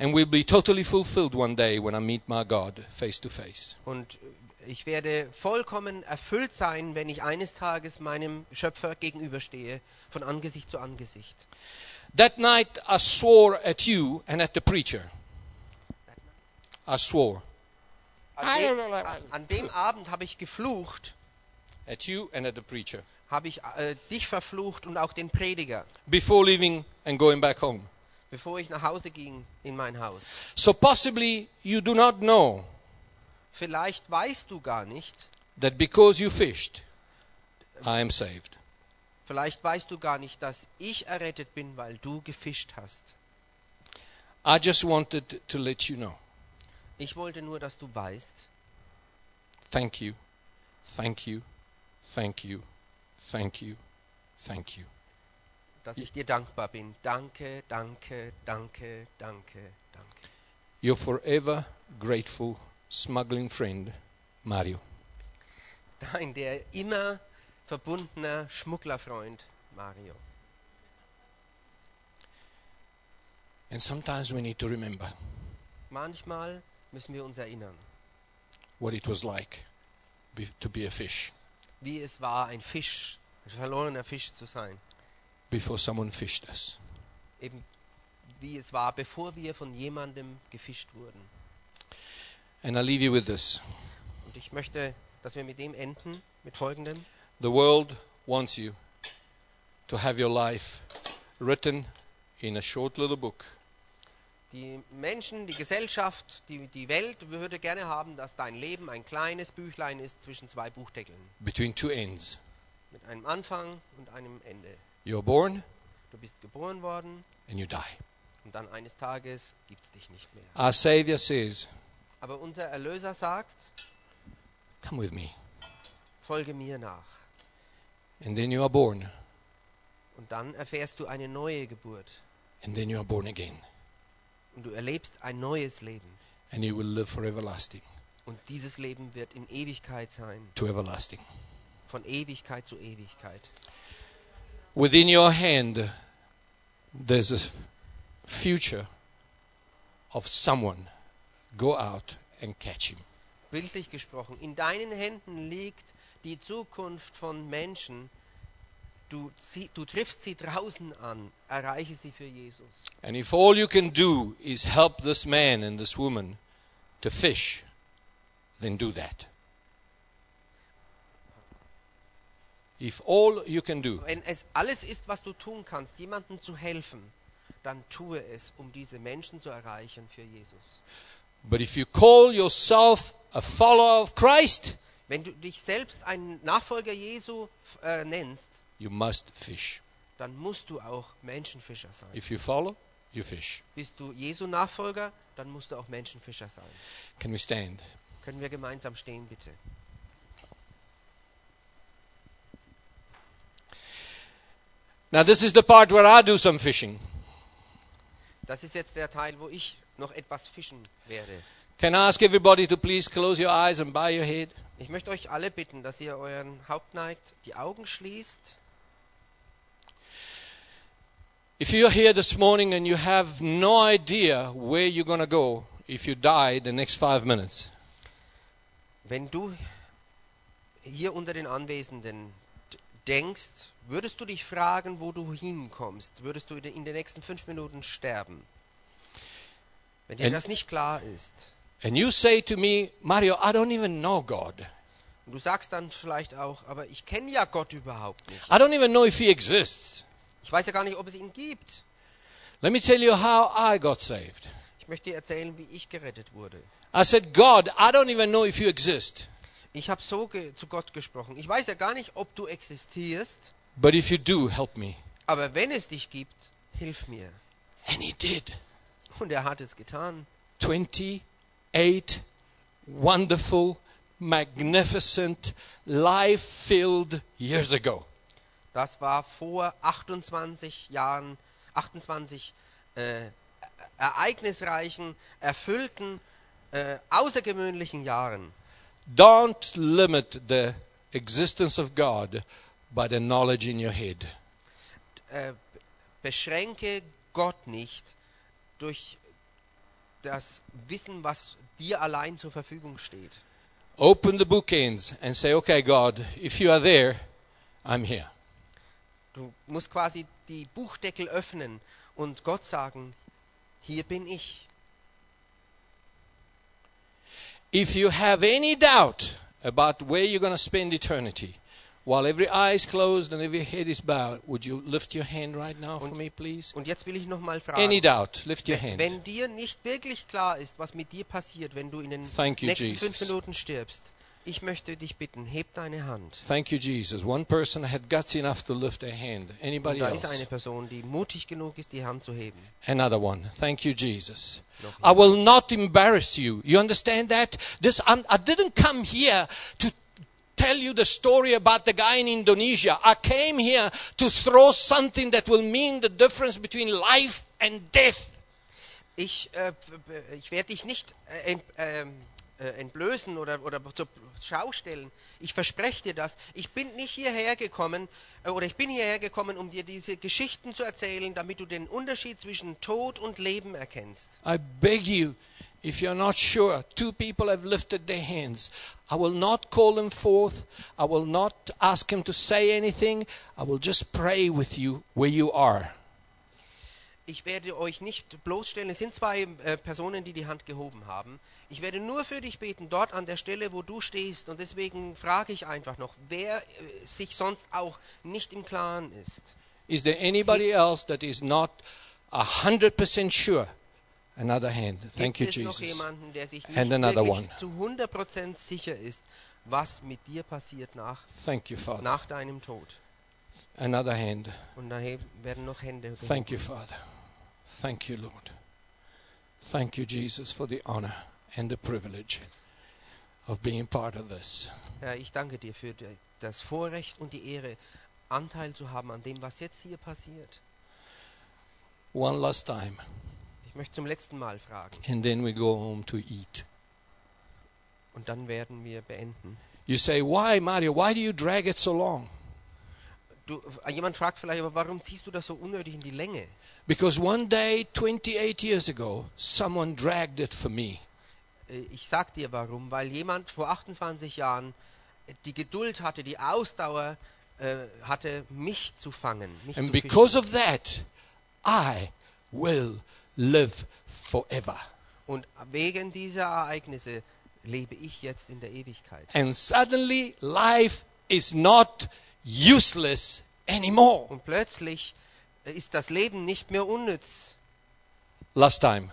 [SPEAKER 2] and will be totally fulfilled one day when I meet my God face to face.
[SPEAKER 3] Und ich werde vollkommen erfüllt sein, wenn ich eines Tages meinem Schöpfer gegenüberstehe, von Angesicht zu Angesicht.
[SPEAKER 2] That night I swore at you and at the preacher. I swore
[SPEAKER 3] An, dem- an, an dem Abend habe ich geflucht,
[SPEAKER 2] at you and at the preacher
[SPEAKER 3] habe ich äh, dich verflucht und auch den Prediger,
[SPEAKER 2] before leaving and going back home.
[SPEAKER 3] bevor ich nach Hause ging in mein Haus.
[SPEAKER 2] So possibly you do not know
[SPEAKER 3] Vielleicht weißt du gar nicht,
[SPEAKER 2] that because you fished, I am saved.
[SPEAKER 3] vielleicht weißt du gar nicht, dass ich errettet bin, weil du gefischt hast.
[SPEAKER 2] I just wanted to let you know.
[SPEAKER 3] Ich wollte nur, dass du weißt,
[SPEAKER 2] Thank you. Thank you. Thank you. Thank you. Thank you.
[SPEAKER 3] dass ich dir dankbar bin. Danke, danke, danke, danke, danke.
[SPEAKER 2] Your forever grateful smuggling friend, Mario.
[SPEAKER 3] Dein der immer verbundener Schmugglerfreund Mario.
[SPEAKER 2] And sometimes we need to remember
[SPEAKER 3] Manchmal müssen wir uns erinnern,
[SPEAKER 2] what it was like be- to be a fish
[SPEAKER 3] wie es war, ein Fisch, ein verlorener Fisch zu sein.
[SPEAKER 2] before someone fished us.
[SPEAKER 3] Eben wie es war, bevor wir von jemandem gefischt wurden.
[SPEAKER 2] And I leave you with this
[SPEAKER 3] Und ich möchte, dass wir mit dem enden, mit folgendem.
[SPEAKER 2] the world wants you to have your life written in a short little book
[SPEAKER 3] Die Menschen, die Gesellschaft, die, die Welt würde gerne haben, dass dein Leben ein kleines Büchlein ist zwischen zwei Buchdeckeln.
[SPEAKER 2] between two ends.
[SPEAKER 3] Mit einem Anfang und einem Ende.
[SPEAKER 2] You're born
[SPEAKER 3] Du bist geboren worden
[SPEAKER 2] and you die.
[SPEAKER 3] und dann eines Tages gibt's dich nicht mehr.
[SPEAKER 2] Our Savior says,
[SPEAKER 3] Aber unser Erlöser sagt,
[SPEAKER 2] Come with me.
[SPEAKER 3] folge mir nach.
[SPEAKER 2] And then you are born
[SPEAKER 3] Und dann erfährst du eine neue Geburt
[SPEAKER 2] and then you are born again.
[SPEAKER 3] und du erlebst ein neues Leben.
[SPEAKER 2] And you will live for everlasting
[SPEAKER 3] Und dieses Leben wird in Ewigkeit sein,
[SPEAKER 2] to everlasting.
[SPEAKER 3] von Ewigkeit zu Ewigkeit.
[SPEAKER 2] Within your hand, there's a f- future of someone. Go out and catch him.
[SPEAKER 3] Bildlich gesprochen, in deinen Händen liegt die Zukunft von Menschen. Du, sie, du triffst sie draußen an, erreiche sie für Jesus.
[SPEAKER 2] And if all you can do is help this man and this woman to fish, then do that. If all you can do
[SPEAKER 3] Wenn es alles ist, was du tun kannst, jemandem zu helfen, dann tue es, um diese Menschen zu erreichen für Jesus.
[SPEAKER 2] But if you call yourself a follower of Christ,
[SPEAKER 3] Wenn du dich selbst einen Nachfolger Jesu äh, nennst,
[SPEAKER 2] you must fish.
[SPEAKER 3] dann musst du auch Menschenfischer sein.
[SPEAKER 2] If you follow, you fish.
[SPEAKER 3] Bist du Jesu Nachfolger, dann musst du auch Menschenfischer sein.
[SPEAKER 2] Can we stand?
[SPEAKER 3] Können wir gemeinsam stehen, bitte?
[SPEAKER 2] Now, this is the part where I do some fishing.
[SPEAKER 3] Das ist jetzt der Teil, wo ich noch etwas fischen werde.
[SPEAKER 2] Can I ask everybody to please close your eyes and bow your head?
[SPEAKER 3] Ich möchte euch alle bitten, dass ihr euren Haupt neigt, die Augen schließt.
[SPEAKER 2] If you're here this morning and you have no idea where you're going to go if you die the next five minutes,
[SPEAKER 3] Wenn du hier unter den Anwesenden d- denkst, würdest du dich fragen, wo du hinkommst? Würdest du in den- in den nächsten fünf Minuten sterben? Wenn dir
[SPEAKER 2] Ein-
[SPEAKER 3] das nicht klar ist.
[SPEAKER 2] and you say to me, Mario, I don't even know God.
[SPEAKER 3] Und du sagst dann vielleicht auch, aber ich kenne ja Gott überhaupt nicht.
[SPEAKER 2] I don't even know if He exists.
[SPEAKER 3] Ich weiß ja gar nicht, ob es ihn gibt.
[SPEAKER 2] Let me tell you how I got saved.
[SPEAKER 3] Ich möchte dir erzählen, wie ich gerettet wurde.
[SPEAKER 2] I said, God, I don't even know if you exist.
[SPEAKER 3] Ich habe so ge zu Gott gesprochen. Ich weiß ja gar nicht, ob du existierst,
[SPEAKER 2] But if you do, help me.
[SPEAKER 3] aber wenn es dich gibt, hilf mir.
[SPEAKER 2] And he did.
[SPEAKER 3] Und er hat es getan.
[SPEAKER 2] 28 wonderful, magnificent, life filled years ago.
[SPEAKER 3] Das war vor 28 Jahren, 28 äh, e- ereignisreichen, erfüllten, äh, außergewöhnlichen Jahren.
[SPEAKER 2] Don't limit the existence of God by the knowledge in your head.
[SPEAKER 3] Äh, beschränke Gott nicht durch das Wissen, was dir allein zur Verfügung steht.
[SPEAKER 2] Open the bookends and say, okay, God, if you are there, I'm here.
[SPEAKER 3] Du musst quasi die Buchdeckel öffnen und Gott sagen, hier bin ich.
[SPEAKER 2] If you have any doubt about where you're going to spend eternity, while every eye is closed and every head is bowed, would you lift your hand right now for
[SPEAKER 3] Und-
[SPEAKER 2] me, please?
[SPEAKER 3] Und jetzt will ich nochmal
[SPEAKER 2] Any
[SPEAKER 3] fragen,
[SPEAKER 2] doubt, lift your hand.
[SPEAKER 3] wenn dir nicht wirklich klar ist, was mit dir passiert, wenn du in den
[SPEAKER 2] Thank you,
[SPEAKER 3] nächsten
[SPEAKER 2] Jesus.
[SPEAKER 3] fünf Minuten stirbst, ich möchte dich bitten, heb deine Hand.
[SPEAKER 2] Thank you, Jesus. One person had guts enough to lift a hand.
[SPEAKER 3] Und
[SPEAKER 2] Anybody
[SPEAKER 3] da ist
[SPEAKER 2] else?
[SPEAKER 3] eine Person, die mutig genug ist, die Hand zu heben.
[SPEAKER 2] Another one. Thank you, Jesus.
[SPEAKER 3] Noch
[SPEAKER 2] I will not embarrass you. You understand that? This I'm, I didn't come here to tell you the story about the guy in Indonesia. I came here to throw something that will mean the difference between life and death.
[SPEAKER 3] Ich, äh, b- b- ich werde dich nicht äh, ent, ähm, äh, entblößen oder, oder zur Schau stellen. Ich verspreche dir das. Ich bin nicht hierher gekommen äh, oder ich bin hierher gekommen, um dir diese Geschichten zu erzählen, damit du den Unterschied zwischen Tod und Leben erkennst.
[SPEAKER 2] I beg you, If you're not sure, two people have lifted their hands. I will not call them forth. I will not ask him to say anything. I will just pray with you where you are.
[SPEAKER 3] Ich werde euch nicht bloßstellen. Es sind zwei äh, Personen, die die Hand gehoben haben. Ich werde nur für dich beten, dort an der Stelle, wo du stehst. Und deswegen frage ich einfach noch, wer äh, sich sonst auch nicht im Klaren ist.
[SPEAKER 2] Is there anybody else that is not 100% sure? Another hand. Thank you,
[SPEAKER 3] Gibt es noch
[SPEAKER 2] Jesus.
[SPEAKER 3] jemanden, der sich nicht
[SPEAKER 2] And another
[SPEAKER 3] wirklich
[SPEAKER 2] one.
[SPEAKER 3] zu 100% sicher ist, was mit dir passiert nach,
[SPEAKER 2] Thank you, Father.
[SPEAKER 3] nach deinem Tod?
[SPEAKER 2] Another hand.
[SPEAKER 3] Und daher werden noch Hände gehoben.
[SPEAKER 2] Thank you, Father. Thank you, Lord. Thank you, Jesus, for the honor and the privilege of being part of this.
[SPEAKER 3] Herr, ich danke dir für de- das Vorrecht und die Ehre, Anteil zu haben an dem, was jetzt hier passiert.
[SPEAKER 2] One last time,
[SPEAKER 3] Ich möchte zum letzten Mal fragen
[SPEAKER 2] and then we go home to eat.
[SPEAKER 3] und dann werden wir beenden.
[SPEAKER 2] You say, Why, Mario? Why do you drag it so long?
[SPEAKER 3] Du, äh, jemand fragt vielleicht, aber warum ziehst du das so unnötig in die Länge?
[SPEAKER 2] Because one day, 28 years ago, someone dragged it for me.
[SPEAKER 3] Äh, Ich sag dir warum, weil jemand vor 28 Jahren äh, die Geduld hatte, die Ausdauer äh, hatte, mich zu fangen. Mich
[SPEAKER 2] And
[SPEAKER 3] zu fischen.
[SPEAKER 2] because of that, I will live forever.
[SPEAKER 3] Und wegen dieser Ereignisse lebe ich jetzt in der Ewigkeit.
[SPEAKER 2] And suddenly, life is not useless anymore.
[SPEAKER 3] Und plötzlich äh, ist das Leben nicht mehr unnütz.
[SPEAKER 2] Last time.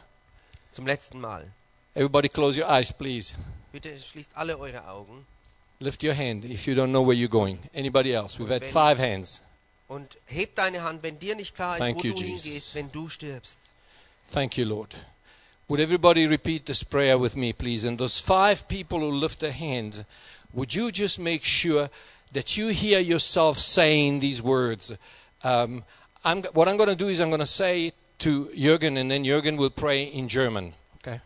[SPEAKER 3] Zum letzten Mal.
[SPEAKER 2] Everybody, close your eyes, please.
[SPEAKER 3] Bitte schließt alle eure Augen
[SPEAKER 2] Lift your hand if you don't know where you're going. Anybody else? We've had five hands.
[SPEAKER 3] und hebt deine Hand, wenn dir nicht klar ist,
[SPEAKER 2] Thank
[SPEAKER 3] wo
[SPEAKER 2] you,
[SPEAKER 3] du
[SPEAKER 2] Jesus.
[SPEAKER 3] hingehst, wenn du stirbst.
[SPEAKER 2] Thank you, Lord. Would everybody repeat this prayer with me, please? And those five people who lift their hands, would you just make sure that you hear yourself saying these words? Um, I'm, what I'm going to do is I'm going to say it to Jürgen, and then Jürgen will pray in German. Okay?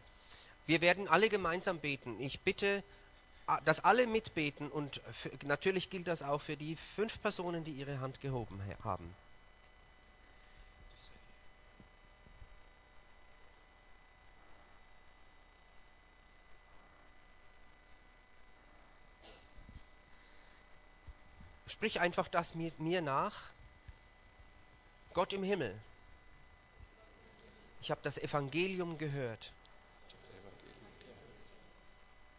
[SPEAKER 3] Wir werden alle gemeinsam beten. Ich bitte, ah, dass alle mitbeten und f- natürlich gilt das auch für die fünf Personen, die ihre Hand gehoben he- haben. Sprich einfach das mit mir nach. Gott im Himmel, ich habe das Evangelium gehört.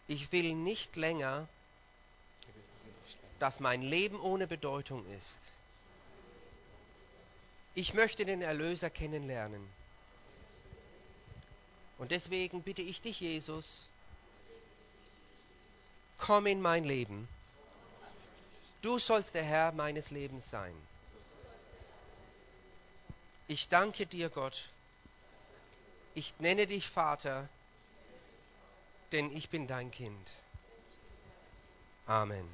[SPEAKER 3] Ich will nicht länger, dass mein Leben ohne Bedeutung ist. Ich möchte den Erlöser kennenlernen. Und deswegen bitte ich dich, Jesus, komm in mein Leben. Du sollst der Herr meines Lebens sein. Ich danke dir, Gott. Ich nenne dich Vater denn ich bin dein Kind. Amen.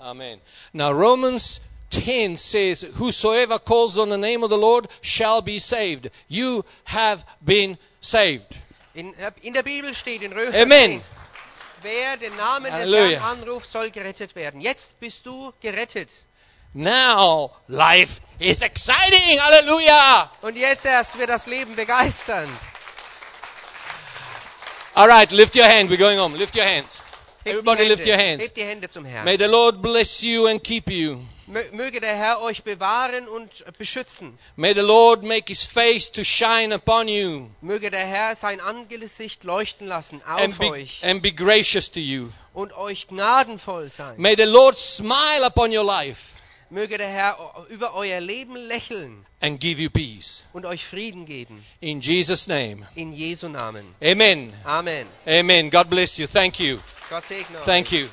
[SPEAKER 2] Amen. Now, Romans 10 says, Whosoever calls on the name of the Lord shall be saved. You have been saved.
[SPEAKER 3] In, äh, in der Bibel steht in Römer
[SPEAKER 2] Amen.
[SPEAKER 3] 10, wer den Namen des
[SPEAKER 2] Halleluja.
[SPEAKER 3] Herrn anruft, soll gerettet werden. Jetzt bist du gerettet.
[SPEAKER 2] Now life is exciting. Hallelujah.
[SPEAKER 3] Und jetzt erst wird das Leben begeistern.
[SPEAKER 2] All right, lift your hand. We're going home. Lift your hands.
[SPEAKER 3] Hebt
[SPEAKER 2] Everybody
[SPEAKER 3] die Hände.
[SPEAKER 2] lift your hands.
[SPEAKER 3] Hebt die Hände zum Herrn.
[SPEAKER 2] May the Lord bless you and keep you.
[SPEAKER 3] Mö- Möge der Herr euch bewahren und beschützen.
[SPEAKER 2] May the Lord make his face to shine upon you
[SPEAKER 3] Möge der Herr sein Angesicht leuchten lassen
[SPEAKER 2] and
[SPEAKER 3] auf
[SPEAKER 2] be,
[SPEAKER 3] euch
[SPEAKER 2] and be gracious to you.
[SPEAKER 3] und euch gnadenvoll sein.
[SPEAKER 2] May the Lord smile upon your life
[SPEAKER 3] Möge der Herr o- über euer Leben lächeln
[SPEAKER 2] and give you peace.
[SPEAKER 3] und euch Frieden geben.
[SPEAKER 2] In Jesus' name.
[SPEAKER 3] In Jesu Namen.
[SPEAKER 2] Amen.
[SPEAKER 3] Amen.
[SPEAKER 2] Amen. God bless you. Thank you.
[SPEAKER 3] Gott segne euch.
[SPEAKER 2] Thank you.